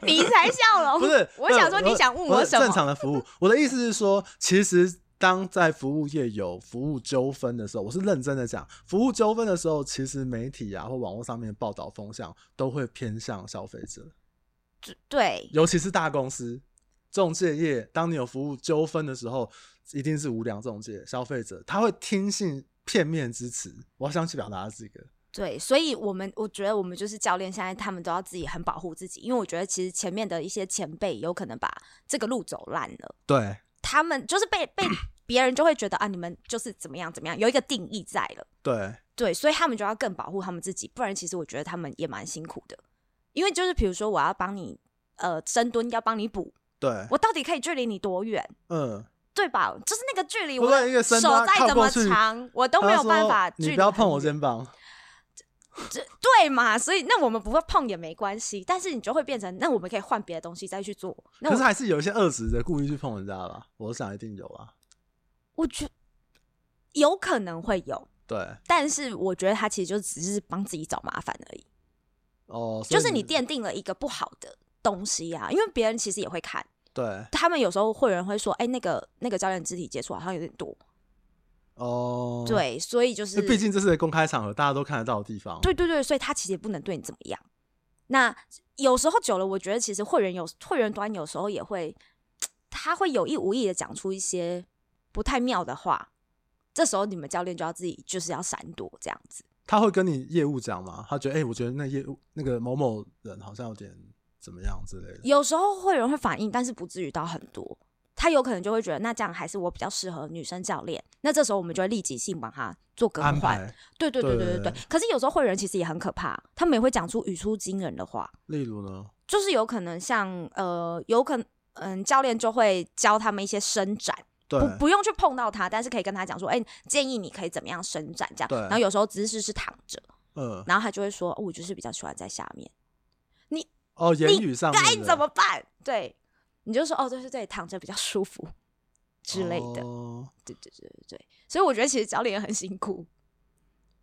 [SPEAKER 2] 你才笑容，
[SPEAKER 1] 不是，
[SPEAKER 2] 哦我
[SPEAKER 1] 没有
[SPEAKER 2] 想说你想问
[SPEAKER 1] 不是
[SPEAKER 2] 什
[SPEAKER 1] 正
[SPEAKER 2] 么？
[SPEAKER 1] 常的 服务，我的意思是说，其实当在服务业有服务纠纷的时候，我是认真的讲，服务纠纷的时候，其实媒体啊或网络上面报道风向都会偏向消费者，
[SPEAKER 2] 对，
[SPEAKER 1] 尤其是大公司。中介业，当你有服务纠纷的时候，一定是无良中介消费者，他会听信片面之词。我想去表达这个，
[SPEAKER 2] 对，所以我们我觉得我们就是教练，现在他们都要自己很保护自己，因为我觉得其实前面的一些前辈有可能把这个路走烂了，
[SPEAKER 1] 对
[SPEAKER 2] 他们就是被 被别人就会觉得啊，你们就是怎么样怎么样，有一个定义在了，
[SPEAKER 1] 对，
[SPEAKER 2] 对，所以他们就要更保护他们自己，不然其实我觉得他们也蛮辛苦的，因为就是比如说我要帮你呃深蹲，要帮你补，
[SPEAKER 1] 对，
[SPEAKER 2] 我到底可以距离你多远？
[SPEAKER 1] 嗯，
[SPEAKER 2] 对吧？就是那个距离，
[SPEAKER 1] 不
[SPEAKER 2] 我
[SPEAKER 1] 然
[SPEAKER 2] 的
[SPEAKER 1] 一个
[SPEAKER 2] 手
[SPEAKER 1] 深蹲
[SPEAKER 2] 再
[SPEAKER 1] 靠
[SPEAKER 2] 怎
[SPEAKER 1] 过
[SPEAKER 2] 么
[SPEAKER 1] 去
[SPEAKER 2] 长，我都
[SPEAKER 1] 他
[SPEAKER 2] 没有
[SPEAKER 1] 说
[SPEAKER 2] 办法。距
[SPEAKER 1] 你
[SPEAKER 2] 离
[SPEAKER 1] 不要
[SPEAKER 2] 很
[SPEAKER 1] 碰我
[SPEAKER 2] 远
[SPEAKER 1] 肩膀，
[SPEAKER 2] 这对嘛？所以那我们不会碰也没关系，但是你就会变成，那我们可以换别的东西再去做。那
[SPEAKER 1] 可是
[SPEAKER 2] 我
[SPEAKER 1] 还是有一些恶职的故意去碰人家吧，我想一定有啊。
[SPEAKER 2] 我觉有可能会有，
[SPEAKER 1] 对，
[SPEAKER 2] 但是我觉得他其实就只是帮自己找麻烦而已，
[SPEAKER 1] 哦，所
[SPEAKER 2] 就
[SPEAKER 1] 以
[SPEAKER 2] 是你奠定了一个不好的东西啊，因为别人其实也会看，
[SPEAKER 1] 对
[SPEAKER 2] 他们有时候会有人会说，哎、那个那个教练肢体接触好像有点多，
[SPEAKER 1] 哦，，
[SPEAKER 2] 对，所以就是
[SPEAKER 1] 因为毕竟这是公开场合，大家都看得到的地方。
[SPEAKER 2] 对对对，所以他其实也不能对你怎么样。那有时候久了，我觉得其实会员有会员端有时候也会，他会有意无意的讲出一些不太妙的话。这时候你们教练就要自己就是要闪躲这样子。
[SPEAKER 1] 他会跟你业务讲嘛？他觉得，哎、我觉得那业务那个某某人好像有点怎么样之类的。
[SPEAKER 2] 有时候会员会反应，但是不至于到很多。他有可能就会觉得，那这样还是我比较适合女生教练。那这时候我们就会立即性帮他做更
[SPEAKER 1] 安
[SPEAKER 2] 换。
[SPEAKER 1] 排，
[SPEAKER 2] 对对对
[SPEAKER 1] 对
[SPEAKER 2] 对
[SPEAKER 1] 对
[SPEAKER 2] 对对。可是有时候会员其实也很可怕，他们也会讲出语出惊人的话。
[SPEAKER 1] 例如呢？
[SPEAKER 2] 就是有可能像呃，有可能嗯，教练就会教他们一些伸展，
[SPEAKER 1] 对
[SPEAKER 2] 不不用去碰到他，但是可以跟他讲说，哎、建议你可以怎么样伸展这样。
[SPEAKER 1] 对
[SPEAKER 2] 然后有时候姿势是躺着，
[SPEAKER 1] 嗯，
[SPEAKER 2] 然后他就会说，哦、我就是比较喜欢在下面，
[SPEAKER 1] 哦，言语上
[SPEAKER 2] 该
[SPEAKER 1] 面的
[SPEAKER 2] 怎么办？对，你就说哦，对对对，躺着比较舒服之类的。
[SPEAKER 1] 哦
[SPEAKER 2] 对对对对对，所以我觉得其实教练也很辛苦，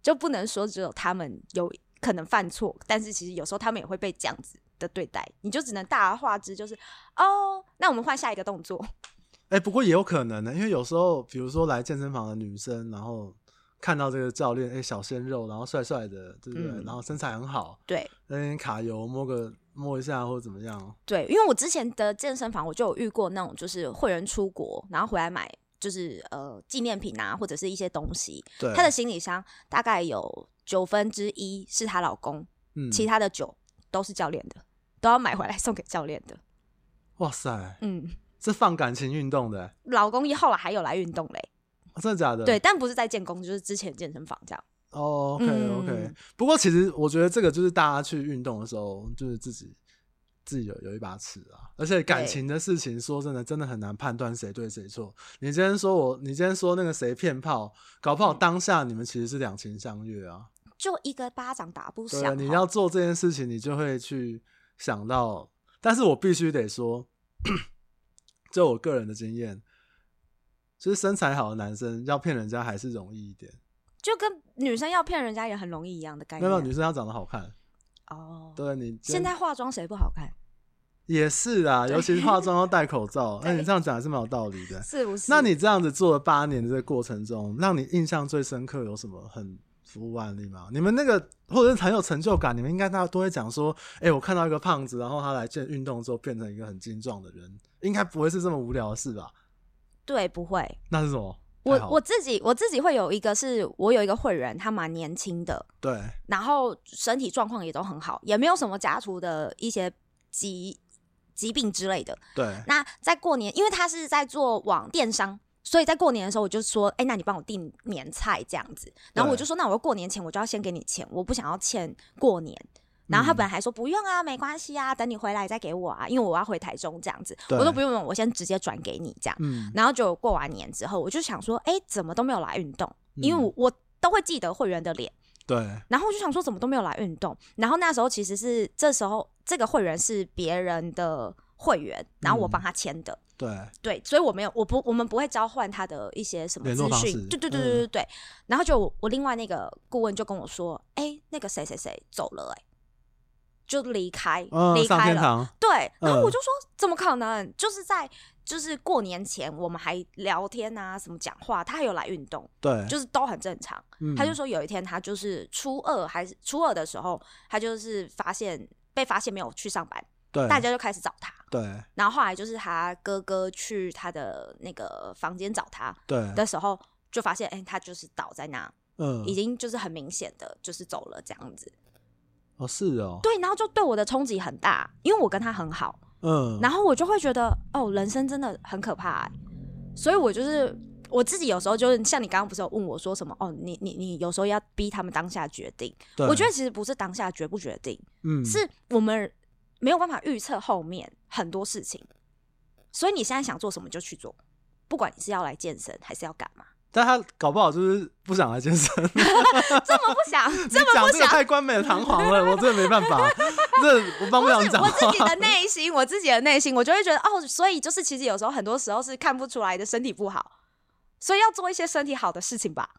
[SPEAKER 2] 就不能说只有他们有可能犯错，但是其实有时候他们也会被这样子的对待，你就只能大而化之，就是哦，那我们换下一个动作。
[SPEAKER 1] 哎、不过也有可能呢，因为有时候，比如说来健身房的女生，然后看到这个教练，哎、小鲜肉，然后帅帅的，对不对？
[SPEAKER 2] 嗯
[SPEAKER 1] 然后身材很好，
[SPEAKER 2] 对
[SPEAKER 1] 那边卡油摸个摸一下或者怎么样，
[SPEAKER 2] 对，因为我之前的健身房我就有遇过那种，就是会员出国然后回来买。就是呃纪念品啊，或者是一些东西，
[SPEAKER 1] 对，
[SPEAKER 2] 她的行李箱大概有九分之一是她老公，
[SPEAKER 1] 嗯
[SPEAKER 2] 其他的九都是教练的。都要买回来送给教练的。
[SPEAKER 1] 哇塞，
[SPEAKER 2] 嗯，
[SPEAKER 1] 这放感情运动的欸、
[SPEAKER 2] 老公一后来还有来运动嘞，
[SPEAKER 1] 哦真的假的？
[SPEAKER 2] 对，但不是在建工，就是之前健身房这样。
[SPEAKER 1] 哦，OK OK、
[SPEAKER 2] 嗯
[SPEAKER 1] 不过其实我觉得这个就是大家去运动的时候，就是自己自己有有一把尺啊。而且感
[SPEAKER 2] 对
[SPEAKER 1] 情的事情，说真的，真的很难判断谁对谁错。你今天说我，你今天说那个谁骗炮，搞
[SPEAKER 2] 嗯
[SPEAKER 1] 不好当下你们其实是两情相悦啊。
[SPEAKER 2] 就一个巴掌打不
[SPEAKER 1] 对啊，
[SPEAKER 2] 响。
[SPEAKER 1] 你
[SPEAKER 2] 好
[SPEAKER 1] 要做这件事情，你就会去想到。但是我必须得说， 就我个人的经验，就是身材好的男生要骗人家还是容易一点。
[SPEAKER 2] 就跟女生要骗人家也很容易一样的概
[SPEAKER 1] 没
[SPEAKER 2] 念。
[SPEAKER 1] 有，女生要长得好看。
[SPEAKER 2] 哦，
[SPEAKER 1] 对你今
[SPEAKER 2] 现在化妆谁不好看？
[SPEAKER 1] 也是啊，尤其是化妆要戴口罩。那
[SPEAKER 2] 对
[SPEAKER 1] 你这样讲还是蛮有道理的。
[SPEAKER 2] 是不是？
[SPEAKER 1] 那你这样子做了八年的这个过程中，让你印象最深刻有什么很服务案例吗？你们那个或者是很有成就感，你们应该大家都会讲说，哎、我看到一个胖子，然后他来健运动之后变成一个很精壮的人，应该不会是这么无聊的事吧？
[SPEAKER 2] 对不会？
[SPEAKER 1] 那是什么？太
[SPEAKER 2] 我
[SPEAKER 1] 好了
[SPEAKER 2] 我自己我自己会有一个是，我有一个会员，他蛮年轻的，
[SPEAKER 1] 对
[SPEAKER 2] 然后身体状况也都很好，也没有什么家族的一些疾疾病之类的。
[SPEAKER 1] 对
[SPEAKER 2] 那在过年，因为他是在做网电商，所以在过年的时候我就说，哎、那你帮我订年菜这样子。然后我就说，那我过年前我就要先给你钱，我不想要欠过年。然后
[SPEAKER 1] 嗯
[SPEAKER 2] 他本来还说不用啊，没关系啊，等你回来再给我啊，因为我要回台中这样子，
[SPEAKER 1] 对
[SPEAKER 2] 我都不用，我先直接转给你这样。
[SPEAKER 1] 嗯，
[SPEAKER 2] 然后就过完年之后，我就想说，哎、怎么都没有来运动？因
[SPEAKER 1] 嗯
[SPEAKER 2] 为我我都会记得会员的脸。
[SPEAKER 1] 对
[SPEAKER 2] 然后我就想说，怎么都没有来运动。然后那时候其实是这时候这个会员是别人的会员，然后我
[SPEAKER 1] 嗯
[SPEAKER 2] 帮他签的，
[SPEAKER 1] 对，
[SPEAKER 2] 对，所以我没有，我不，我们不会交换他的一些什么
[SPEAKER 1] 联络
[SPEAKER 2] 资
[SPEAKER 1] 方式
[SPEAKER 2] 讯，对对对对对对。然后就我我另外那个顾问就跟我说，哎、那个谁谁谁走了、哎，就离开，
[SPEAKER 1] 嗯、
[SPEAKER 2] 离、
[SPEAKER 1] 上
[SPEAKER 2] 开
[SPEAKER 1] 天
[SPEAKER 2] 了。
[SPEAKER 1] 堂，
[SPEAKER 2] 对，然后
[SPEAKER 1] 嗯
[SPEAKER 2] 我就说，怎么可能？就是在就是过年前，我们还聊天啊，什么讲话，他还有来运动，
[SPEAKER 1] 对，
[SPEAKER 2] 就是都很正常。
[SPEAKER 1] 嗯
[SPEAKER 2] 他就说有一天他就是初二还是初二的时候，他就是发现被发现没有去上班，
[SPEAKER 1] 对
[SPEAKER 2] 大家就开始找他。
[SPEAKER 1] 对
[SPEAKER 2] 然后后来就是他哥哥去他的那个房间找他
[SPEAKER 1] 对，
[SPEAKER 2] 的时候，就发现哎、他就是倒在那，
[SPEAKER 1] 嗯
[SPEAKER 2] 已，经就是很明显的就是走了这样子。
[SPEAKER 1] 哦是哦，
[SPEAKER 2] 对，然后就对我的冲击很大，因为我跟他很好，
[SPEAKER 1] 嗯，
[SPEAKER 2] 然后我就会觉得哦，人生真的很可怕、欸，所以我就是。我自己有时候就是像你刚刚不是有问我说什么哦，你你你有时候要逼他们当下决定，
[SPEAKER 1] 对
[SPEAKER 2] 我觉得其实不是当下决不决定，
[SPEAKER 1] 嗯
[SPEAKER 2] 是我们没有办法预测后面很多事情，所以你现在想做什么就去做，不管你是要来健身还是要干 嘛，
[SPEAKER 1] 但他搞不好就是不想来健身。
[SPEAKER 2] 这么不想，
[SPEAKER 1] 你
[SPEAKER 2] 这么
[SPEAKER 1] 讲
[SPEAKER 2] 不
[SPEAKER 1] 这个
[SPEAKER 2] 想。
[SPEAKER 1] 太冠冕堂皇 了，我真的没办法，这我帮不了你讲
[SPEAKER 2] 我自己
[SPEAKER 1] 话。
[SPEAKER 2] 的内心，我自己的内心，我就会觉得哦，所以就是其实有时候很多时候是看不出来的身体不好，所以要做一些身体好的事情吧。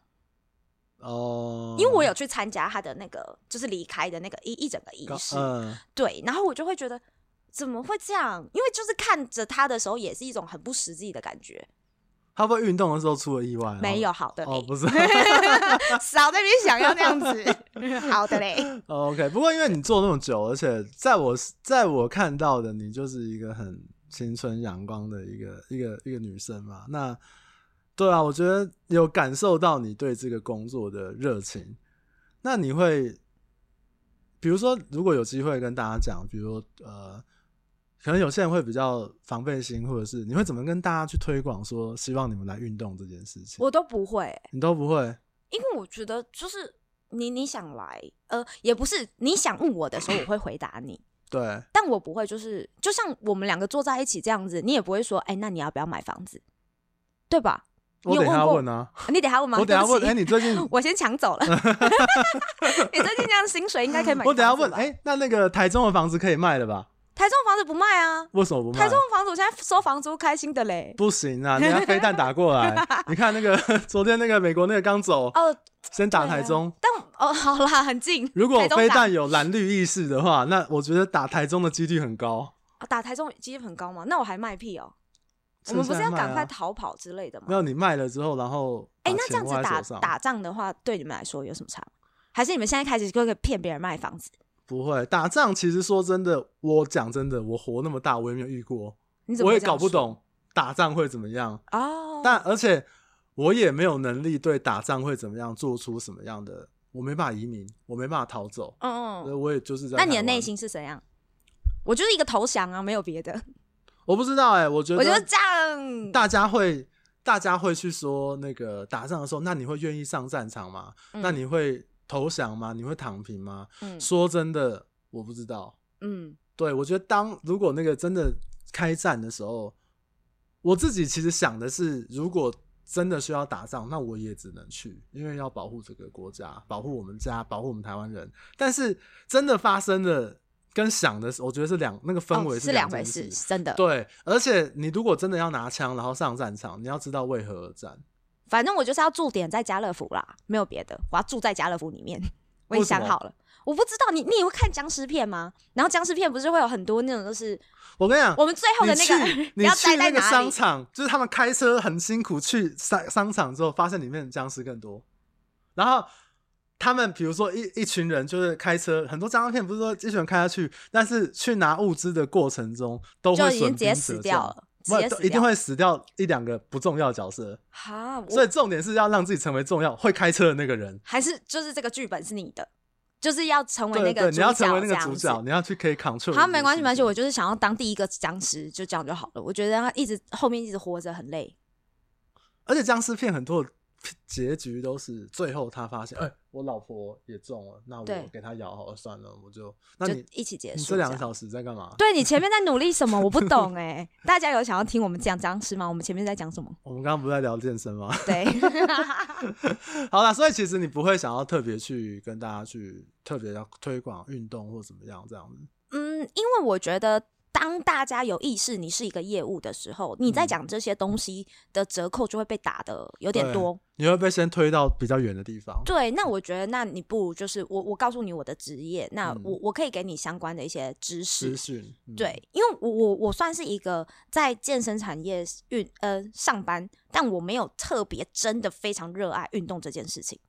[SPEAKER 1] 哦，
[SPEAKER 2] 因为我有去参加他的那个就是离开的那个一一整个仪
[SPEAKER 1] 搞
[SPEAKER 2] 式，
[SPEAKER 1] 嗯，
[SPEAKER 2] 对，然后我就会觉得怎么会这样？因为就是看着他的时候，也是一种很不实际的感觉。
[SPEAKER 1] 他会不会运动的时候出了意外，然后
[SPEAKER 2] 没有好的
[SPEAKER 1] 哦，
[SPEAKER 2] 嘞，
[SPEAKER 1] 不是
[SPEAKER 2] 少在那边想要那 样子，好的嘞。
[SPEAKER 1] 哦，OK。不过因为你做那么久，而且在我在我看到的你就是一个很青春阳光的一个一个一个女生嘛，那对啊，我觉得有感受到你对这个工作的热情。那你会，比如说，如果有机会跟大家讲，比如说呃，可能有些人会比较防备心，或者是你会怎么跟大家去推广说，希望你们来运动这件事情，
[SPEAKER 2] 我都不会，
[SPEAKER 1] 你都不会。
[SPEAKER 2] 因为我觉得就是你你想来，呃，也不是你想问我的时候，我会回答你，
[SPEAKER 1] 对，
[SPEAKER 2] 但我不会就是就像我们两个坐在一起这样子，你也不会说，哎、那你要不要买房子，对吧？
[SPEAKER 1] 我
[SPEAKER 2] 你有
[SPEAKER 1] 等一下
[SPEAKER 2] 问过
[SPEAKER 1] 问啊，
[SPEAKER 2] 你等一下问吗？
[SPEAKER 1] 我等一下
[SPEAKER 2] 对不
[SPEAKER 1] 问，
[SPEAKER 2] 起
[SPEAKER 1] 哎、你最近
[SPEAKER 2] 我先抢走了。 你最近这样薪水应该可以买。
[SPEAKER 1] 我等一下问，哎、，那那个台中的房子可以卖了吧？
[SPEAKER 2] 台中房子不卖啊，
[SPEAKER 1] 为什么不卖？
[SPEAKER 2] 台中房子我现在收房租开心的嘞。
[SPEAKER 1] 不行 啊，人家飞弹打过来，你看那个 昨天那个美国那个刚走，
[SPEAKER 2] 哦，
[SPEAKER 1] 先打台中。
[SPEAKER 2] 但哦好啦，很近。
[SPEAKER 1] 如果
[SPEAKER 2] 台中
[SPEAKER 1] 飞
[SPEAKER 2] 打
[SPEAKER 1] 弹有蓝绿意识的话，那我觉得打台中的几率很高。
[SPEAKER 2] 啊打台中几率很高嘛，那我还卖屁哦、我
[SPEAKER 1] 趁
[SPEAKER 2] 们不是要
[SPEAKER 1] 现在卖啊
[SPEAKER 2] 赶快逃跑之类的
[SPEAKER 1] 没
[SPEAKER 2] 吗？
[SPEAKER 1] 有你卖了之后，然后
[SPEAKER 2] 哎、
[SPEAKER 1] 把
[SPEAKER 2] 那
[SPEAKER 1] 钱
[SPEAKER 2] 这样子
[SPEAKER 1] 握在
[SPEAKER 2] 打
[SPEAKER 1] 手上
[SPEAKER 2] 打仗的话，对你们来说有什么差吗？还是你们现在开始就可以骗别人卖房子？
[SPEAKER 1] 不会打仗？其实说真的，我讲真的，我活那么大，我也没有遇过，
[SPEAKER 2] 你怎么
[SPEAKER 1] 我
[SPEAKER 2] 会
[SPEAKER 1] 也
[SPEAKER 2] 这样
[SPEAKER 1] 搞不
[SPEAKER 2] 说
[SPEAKER 1] 懂打仗会怎么样。
[SPEAKER 2] 哦？
[SPEAKER 1] 但而且我也没有能力对打仗会怎么样做出什么样的，我没办法移民，我没办法逃走，
[SPEAKER 2] 嗯
[SPEAKER 1] 所以
[SPEAKER 2] 嗯，
[SPEAKER 1] 我也就是在。
[SPEAKER 2] 那你的内，心是怎样？我就是一个投降啊，没有别的。
[SPEAKER 1] 我不知道哎、我觉
[SPEAKER 2] 我就是
[SPEAKER 1] 得
[SPEAKER 2] 这样，嗯
[SPEAKER 1] 大家会大家会去说那个打仗的时候，那你会愿意上战场吗？那
[SPEAKER 2] 嗯
[SPEAKER 1] 你会投降吗？你会躺平吗？
[SPEAKER 2] 嗯
[SPEAKER 1] 说真的，我不知道。
[SPEAKER 2] 嗯
[SPEAKER 1] 对，我觉得当如果那个真的开战的时候，我自己其实想的是，如果真的需要打仗，那我也只能去，因为要保护这个国家，保护我们家，保护我们台湾人。但是真的发生了，跟想的是，我觉得是两那个氛围
[SPEAKER 2] 哦是
[SPEAKER 1] 两
[SPEAKER 2] 两回
[SPEAKER 1] 件
[SPEAKER 2] 事，是真的。
[SPEAKER 1] 对，而且你如果真的要拿枪，然后上战场，你要知道为何而战。
[SPEAKER 2] 反正我就是要驻点在家乐福啦，没有别的，我要住在家乐福里面。我
[SPEAKER 1] 为
[SPEAKER 2] 已经
[SPEAKER 1] 什
[SPEAKER 2] 想
[SPEAKER 1] 么
[SPEAKER 2] 好了，我不知道你你也会看僵尸片吗？然后僵尸片不是会有很多那种，就是
[SPEAKER 1] 我跟你讲，
[SPEAKER 2] 我们最后的
[SPEAKER 1] 啊你
[SPEAKER 2] 那
[SPEAKER 1] 去
[SPEAKER 2] 个
[SPEAKER 1] 你
[SPEAKER 2] 要
[SPEAKER 1] 去
[SPEAKER 2] 待
[SPEAKER 1] 那
[SPEAKER 2] 在
[SPEAKER 1] 个
[SPEAKER 2] 哪
[SPEAKER 1] 商
[SPEAKER 2] 里？
[SPEAKER 1] 场，就是他们开车很辛苦去商商场之后，发现里面僵尸更多。然后他们比如说一一群人就是开车，很多僵尸片不是说一群人开下去，但是去拿物资的过程中都
[SPEAKER 2] 就
[SPEAKER 1] 会
[SPEAKER 2] 已经
[SPEAKER 1] 损
[SPEAKER 2] 直接
[SPEAKER 1] 兵
[SPEAKER 2] 死
[SPEAKER 1] 折
[SPEAKER 2] 掉
[SPEAKER 1] 将
[SPEAKER 2] 了，直
[SPEAKER 1] 不
[SPEAKER 2] 接
[SPEAKER 1] 都
[SPEAKER 2] 死
[SPEAKER 1] 一定
[SPEAKER 2] 掉。
[SPEAKER 1] 会死掉一两个不重要的角色。
[SPEAKER 2] 哈，我
[SPEAKER 1] 所以重点是要让自己成为重要会开车的那个人。
[SPEAKER 2] 还是就是这个剧本是你的，就是要成为
[SPEAKER 1] 对
[SPEAKER 2] 那
[SPEAKER 1] 对，
[SPEAKER 2] 个
[SPEAKER 1] 你要
[SPEAKER 2] 主角
[SPEAKER 1] 成为那个
[SPEAKER 2] 这样
[SPEAKER 1] 主
[SPEAKER 2] 子
[SPEAKER 1] 角，你要去可以 control。
[SPEAKER 2] 好，没关系，没关系，我就是想要当第一个僵尸，就这样就好了。我觉得他一直后面一直活着很累。
[SPEAKER 1] 而且僵尸片很多的结局都是最后他发现，哎、我老婆也中了，那我
[SPEAKER 2] 对
[SPEAKER 1] 给她咬好了算了，我就那
[SPEAKER 2] 就
[SPEAKER 1] 你
[SPEAKER 2] 一起结
[SPEAKER 1] 你
[SPEAKER 2] 束
[SPEAKER 1] 这两
[SPEAKER 2] 这
[SPEAKER 1] 个
[SPEAKER 2] 样
[SPEAKER 1] 小时在干嘛？
[SPEAKER 2] 对你前面在努力什么？我不懂哎、大家有想要听我们讲僵尸吗？我们前面在讲什么？
[SPEAKER 1] 我们刚刚不是在聊健身吗？
[SPEAKER 2] 对，
[SPEAKER 1] 好啦，所以其实你不会想要特别去跟大家去特别要推广运动或怎么样这样子。
[SPEAKER 2] 嗯，因为我觉得当大家有意识你是一个业务的时候，你在
[SPEAKER 1] 嗯
[SPEAKER 2] 讲这些东西的折扣就会被打的有点
[SPEAKER 1] 对
[SPEAKER 2] 多。
[SPEAKER 1] 你会被先推到比较远的地方，
[SPEAKER 2] 对，那我觉得，那你不如就是我，我告诉你我的职业，那
[SPEAKER 1] 嗯
[SPEAKER 2] 我、我可以给你相关的一些知识，
[SPEAKER 1] 资讯、嗯
[SPEAKER 2] 对，，因为我我我算是一个在健身产业运呃上班，但我没有特别真的非常热爱运动这件事情。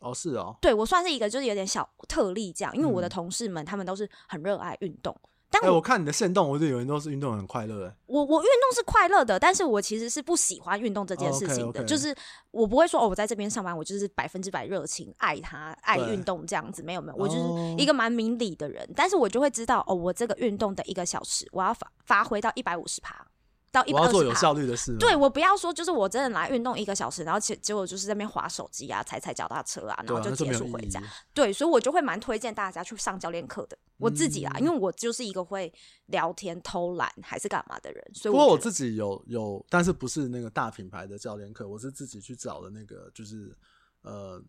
[SPEAKER 1] 哦是哦，
[SPEAKER 2] 对我算是一个就是有点小特例这样，因为我的
[SPEAKER 1] 嗯
[SPEAKER 2] 同事们他们都是很热爱运动，但
[SPEAKER 1] 哎、
[SPEAKER 2] 我、
[SPEAKER 1] 我看你的线动，我就以为你都是运动很快乐、哎
[SPEAKER 2] 我我运动是快乐的，但是我其实是不喜欢运动这件
[SPEAKER 1] 哦
[SPEAKER 2] 事
[SPEAKER 1] ，OK，
[SPEAKER 2] 情的，
[SPEAKER 1] OK
[SPEAKER 2] 就是我不会说哦，我在这边上班，我就是百分之百热情，爱它，爱
[SPEAKER 1] 对
[SPEAKER 2] 运动这样子，没有没有，我就是
[SPEAKER 1] 哦
[SPEAKER 2] 一个蛮明理的人，但是我就会知道哦，我这个运动的一个小时，我要发发挥到一百五十趴到一
[SPEAKER 1] 我
[SPEAKER 2] 百
[SPEAKER 1] 要
[SPEAKER 2] 二
[SPEAKER 1] 做
[SPEAKER 2] 十
[SPEAKER 1] 有
[SPEAKER 2] 趴。
[SPEAKER 1] 效率的事嘛。
[SPEAKER 2] 对我不要说，就是我真的来运动一个小时，然后结结果就是在那边划手机啊，踩踩脚踏车啊，然
[SPEAKER 1] 对
[SPEAKER 2] 后
[SPEAKER 1] 啊，
[SPEAKER 2] 就
[SPEAKER 1] 那
[SPEAKER 2] 结
[SPEAKER 1] 没有
[SPEAKER 2] 束
[SPEAKER 1] 意
[SPEAKER 2] 回
[SPEAKER 1] 义
[SPEAKER 2] 家。。对，所以我就会蛮推荐大家去上教练课的。我自己啦，
[SPEAKER 1] 嗯
[SPEAKER 2] 因为我就是一个会聊天、偷懒还是干嘛的人，所以
[SPEAKER 1] 不过我
[SPEAKER 2] 觉得
[SPEAKER 1] 自己有有，但是不是那个大品牌的教练课，我是自己去找的那个，就是呃，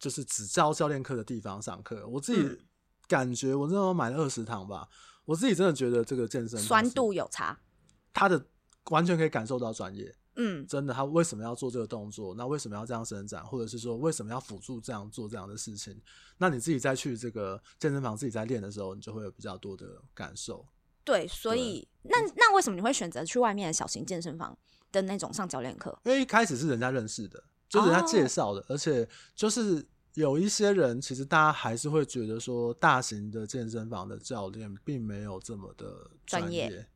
[SPEAKER 1] 就是只教教练课的地方上课。我自己
[SPEAKER 2] 嗯
[SPEAKER 1] 感觉，我那时候买了二十堂吧，我自己真的觉得这个健身方
[SPEAKER 2] 酸
[SPEAKER 1] 式
[SPEAKER 2] 度有差。
[SPEAKER 1] 它的完全可以感受到专业，
[SPEAKER 2] 嗯，
[SPEAKER 1] 真的，他为什么要做这个动作？那为什么要这样伸展？或者是说为什么要辅助这样做这样的事情？那你自己再去这个健身房自己在练的时候，你就会有比较多的感受。
[SPEAKER 2] 对，所
[SPEAKER 1] 对
[SPEAKER 2] 以那那为什么你会选择去外面的小型健身房的那种上教练课？
[SPEAKER 1] 因为一开始是人家认识的，就是人家
[SPEAKER 2] 哦
[SPEAKER 1] 介绍的，而且就是有一些人，其实大家还是会觉得说，大型的健身房的教练并没有这么的专
[SPEAKER 2] 专业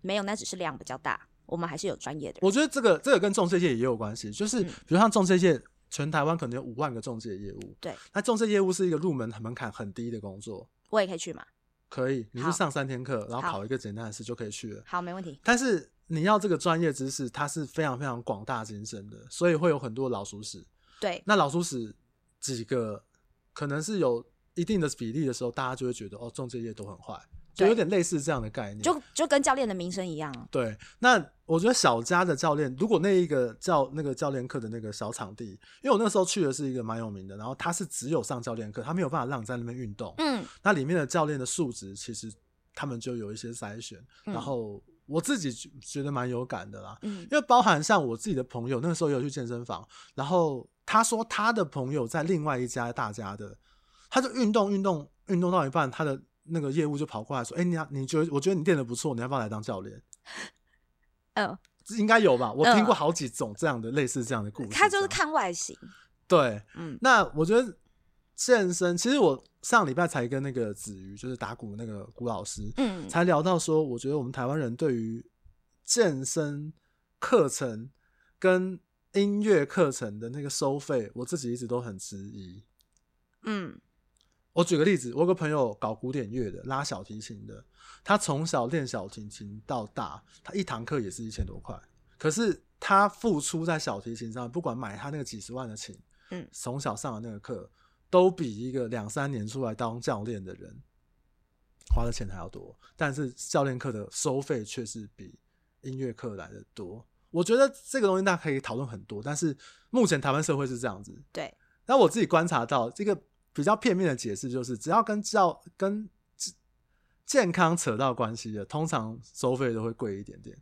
[SPEAKER 2] 没有，那只是量比较大，我们还是有专业的人。
[SPEAKER 1] 我觉得这个这个跟中介业也有关系，就是
[SPEAKER 2] 嗯
[SPEAKER 1] 比如像中介业，全台湾可能有五万个中介业务，
[SPEAKER 2] 对，
[SPEAKER 1] 那中介业务是一个入门门槛很低的工作，
[SPEAKER 2] 我也可以去嘛？
[SPEAKER 1] 可以你
[SPEAKER 2] 好
[SPEAKER 1] 是上三天课，然后
[SPEAKER 2] 好
[SPEAKER 1] 考一个简单的试就可以去了。
[SPEAKER 2] 好，没问题。
[SPEAKER 1] 但是你要这个专业知识，它是非常非常广大精深的，所以会有很多老鼠屎。
[SPEAKER 2] 对，
[SPEAKER 1] 那老鼠屎几个可能是有一定的比例的时候，大家就会觉得哦，中介业都很坏，就
[SPEAKER 2] 对
[SPEAKER 1] 有点类似这样的概念。
[SPEAKER 2] 就就跟教练的名声一样啊。
[SPEAKER 1] 对，那我觉得小家的教练，如果那一个教那个教练课的那个小场地，因为我那时候去的是一个蛮有名的，然后他是只有上教练课，他没有办法让你在那边运动。
[SPEAKER 2] 嗯，
[SPEAKER 1] 那里面的教练的素质，其实他们就有一些筛选，
[SPEAKER 2] 嗯
[SPEAKER 1] 然后我自己觉觉得蛮有感的啦。
[SPEAKER 2] 嗯
[SPEAKER 1] 因为包含像我自己的朋友，那个时候也有去健身房，然后他说他的朋友在另外一家大家的，他就运动运动运动到一半，他的那个业务就跑过来说：“哎、你要你觉得我觉得你练的不错，你要不要来当教练
[SPEAKER 2] 嗯，？”
[SPEAKER 1] 应该有吧？我听过
[SPEAKER 2] 嗯
[SPEAKER 1] 好几种这样的、类似这样的故事。
[SPEAKER 2] 他就是
[SPEAKER 1] 这样
[SPEAKER 2] 看外形。
[SPEAKER 1] 对，
[SPEAKER 2] 嗯
[SPEAKER 1] 那我觉得健身，其实我上礼拜才跟那个子瑜，就是打鼓那个古老师，
[SPEAKER 2] 嗯，
[SPEAKER 1] 才聊到说，我觉得我们台湾人对于健身课程跟音乐课程的那个收费，我自己一直都很质疑。
[SPEAKER 2] 嗯，
[SPEAKER 1] 我我举个例子，我有个朋友搞古典乐的，拉小提琴的，他从小练小提琴到大，他一堂课也是一千多块，可是他付出在小提琴上，不管买他那个几十万的琴，
[SPEAKER 2] 嗯
[SPEAKER 1] 从小上的那个课，都比一个两三年出来当教练的人花的钱还要多，但是教练课的收费却是比音乐课来的多。我觉得这个东西大家可以讨论很多，但是目前台湾社会是这样子，
[SPEAKER 2] 对，
[SPEAKER 1] 那我自己观察到，这个比较片面的解释就是，只要跟教跟健健康扯到关系的，通常收费都会贵一点点。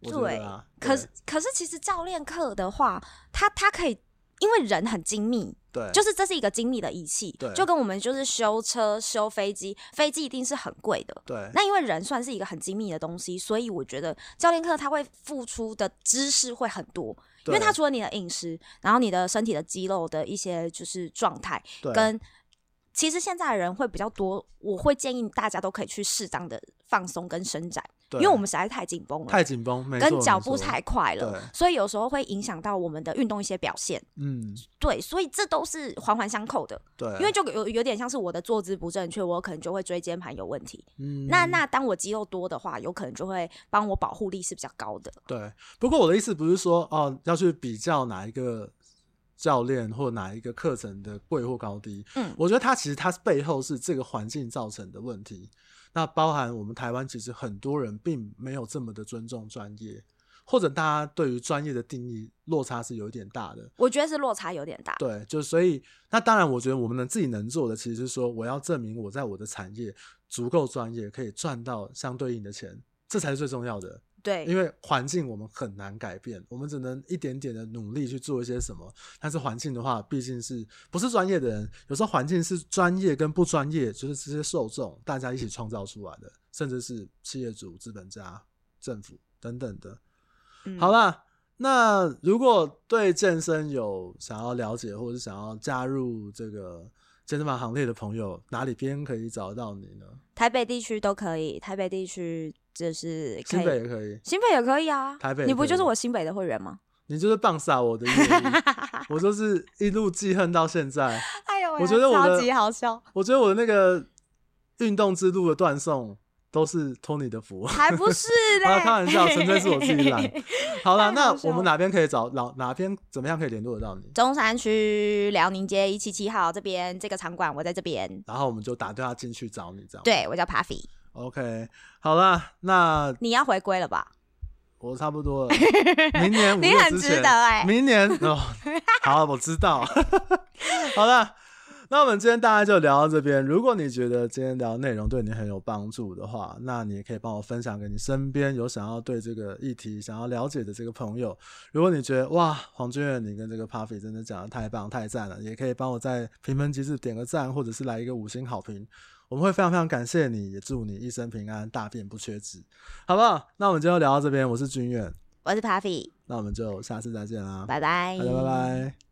[SPEAKER 1] 我觉得啊，
[SPEAKER 2] 可是可是其实教练课的话，他他可以，因为人很精密，
[SPEAKER 1] 对，对
[SPEAKER 2] 就是这是一个精密的仪器
[SPEAKER 1] 对，
[SPEAKER 2] 就跟我们就是修车、修飞机，飞机一定是很贵的。
[SPEAKER 1] 对
[SPEAKER 2] 那因为人算是一个很精密的东西，所以我觉得教练课他会付出的知识会很多，因
[SPEAKER 1] 对
[SPEAKER 2] 为他除了你的饮食，然后你的身体的肌肉的一些就是状态
[SPEAKER 1] 对
[SPEAKER 2] 跟。其实现在的人会比较多，我会建议大家都可以去适当的放松跟伸展，因
[SPEAKER 1] 对
[SPEAKER 2] 为我们实在是太紧绷了，
[SPEAKER 1] 太紧绷，没错
[SPEAKER 2] 跟脚步
[SPEAKER 1] 没错
[SPEAKER 2] 太快了
[SPEAKER 1] 对，
[SPEAKER 2] 所以有时候会影响到我们的运动一些表现。
[SPEAKER 1] 嗯，
[SPEAKER 2] 对，所以这都是环环相扣的，
[SPEAKER 1] 对，
[SPEAKER 2] 因为就有有点像是我的坐姿不正确，我可能就会椎间盘有问题。
[SPEAKER 1] 嗯
[SPEAKER 2] 那那当我肌肉多的话，有可能就会帮我保护力是比较高的。
[SPEAKER 1] 对，不过我的意思不是说哦要去比较哪一个教练或哪一个课程的贵或高低，
[SPEAKER 2] 嗯
[SPEAKER 1] 我觉得它其实它背后是这个环境造成的问题。那包含我们台湾其实很多人并没有这么的尊重专业，或者大家对于专业的定义落差是有一点大的。
[SPEAKER 2] 我觉得是落差有点大。
[SPEAKER 1] 对，就所以那当然，我觉得我们能自己能做的，其实是说我要证明我在我的产业足够专业，可以赚到相对应的钱，这才是最重要的。
[SPEAKER 2] 对，
[SPEAKER 1] 因为环境我们很难改变，我们只能一点点的努力去做一些什么。但是环境的话，毕竟是不是专业的人，有时候环境是专业跟不专业，就是这些受众大家一起创造出来的，甚至是企业主、资本家、政府等等的。
[SPEAKER 2] 嗯
[SPEAKER 1] 好啦，那如果对健身有想要了解，或者是想要加入这个健身房行列的朋友，哪里边可以找到你呢？
[SPEAKER 2] 台北地区都可以，台北地区就是可
[SPEAKER 1] 新北
[SPEAKER 2] 以，
[SPEAKER 1] 也可以，
[SPEAKER 2] 新北也可以啊。
[SPEAKER 1] 台北也
[SPEAKER 2] 你不
[SPEAKER 1] 可以
[SPEAKER 2] 就是我新北的会员吗？
[SPEAKER 1] 你就是棒杀我的业余。 我就是一路记恨到现在。
[SPEAKER 2] 哎呦，
[SPEAKER 1] 我觉得我的
[SPEAKER 2] 超级 好 笑，
[SPEAKER 1] 我觉得我的那个运动之路的断送都是托你的福。
[SPEAKER 2] 才不是嘞！
[SPEAKER 1] 好啦开玩笑纯粹是我自己 懒好了，
[SPEAKER 2] 太好
[SPEAKER 1] 那我
[SPEAKER 2] 笑
[SPEAKER 1] 们
[SPEAKER 2] 了
[SPEAKER 1] 哪边可以找哪哪边怎么样可以联络得到你？
[SPEAKER 2] 中山区辽宁街一七七号这边这个场馆，我在这边。
[SPEAKER 1] 然后我们就打电话进去找你，这样。
[SPEAKER 2] 对，我叫 Puffy，
[SPEAKER 1] ，OK，好啦，那
[SPEAKER 2] 你要回归了吧？
[SPEAKER 1] 我差不 多了。明年五
[SPEAKER 2] 你
[SPEAKER 1] 月
[SPEAKER 2] 很
[SPEAKER 1] 之
[SPEAKER 2] 值
[SPEAKER 1] 前
[SPEAKER 2] 得欸
[SPEAKER 1] 明年 哦，好，我知道。 好了，那我们今天大家就聊到这边。如果你觉得今天聊的内容对你很有帮助的话，那你也可以帮我分享给你身边有想要对这个议题想要了解的这个朋友。如果你觉得哇，黄君远你跟这个 Puffy 真的讲的太棒太赞了，也可以帮我在评分机制点个赞，或者是来一个五星好评。我们会非常非常感谢你，也祝你一生平安，大便不缺纸，好不好？那我们今天就聊到这边，我是君远，
[SPEAKER 2] 我是 Puffy，
[SPEAKER 1] 那我们就下次再见啦，
[SPEAKER 2] 拜拜，
[SPEAKER 1] 大家拜拜。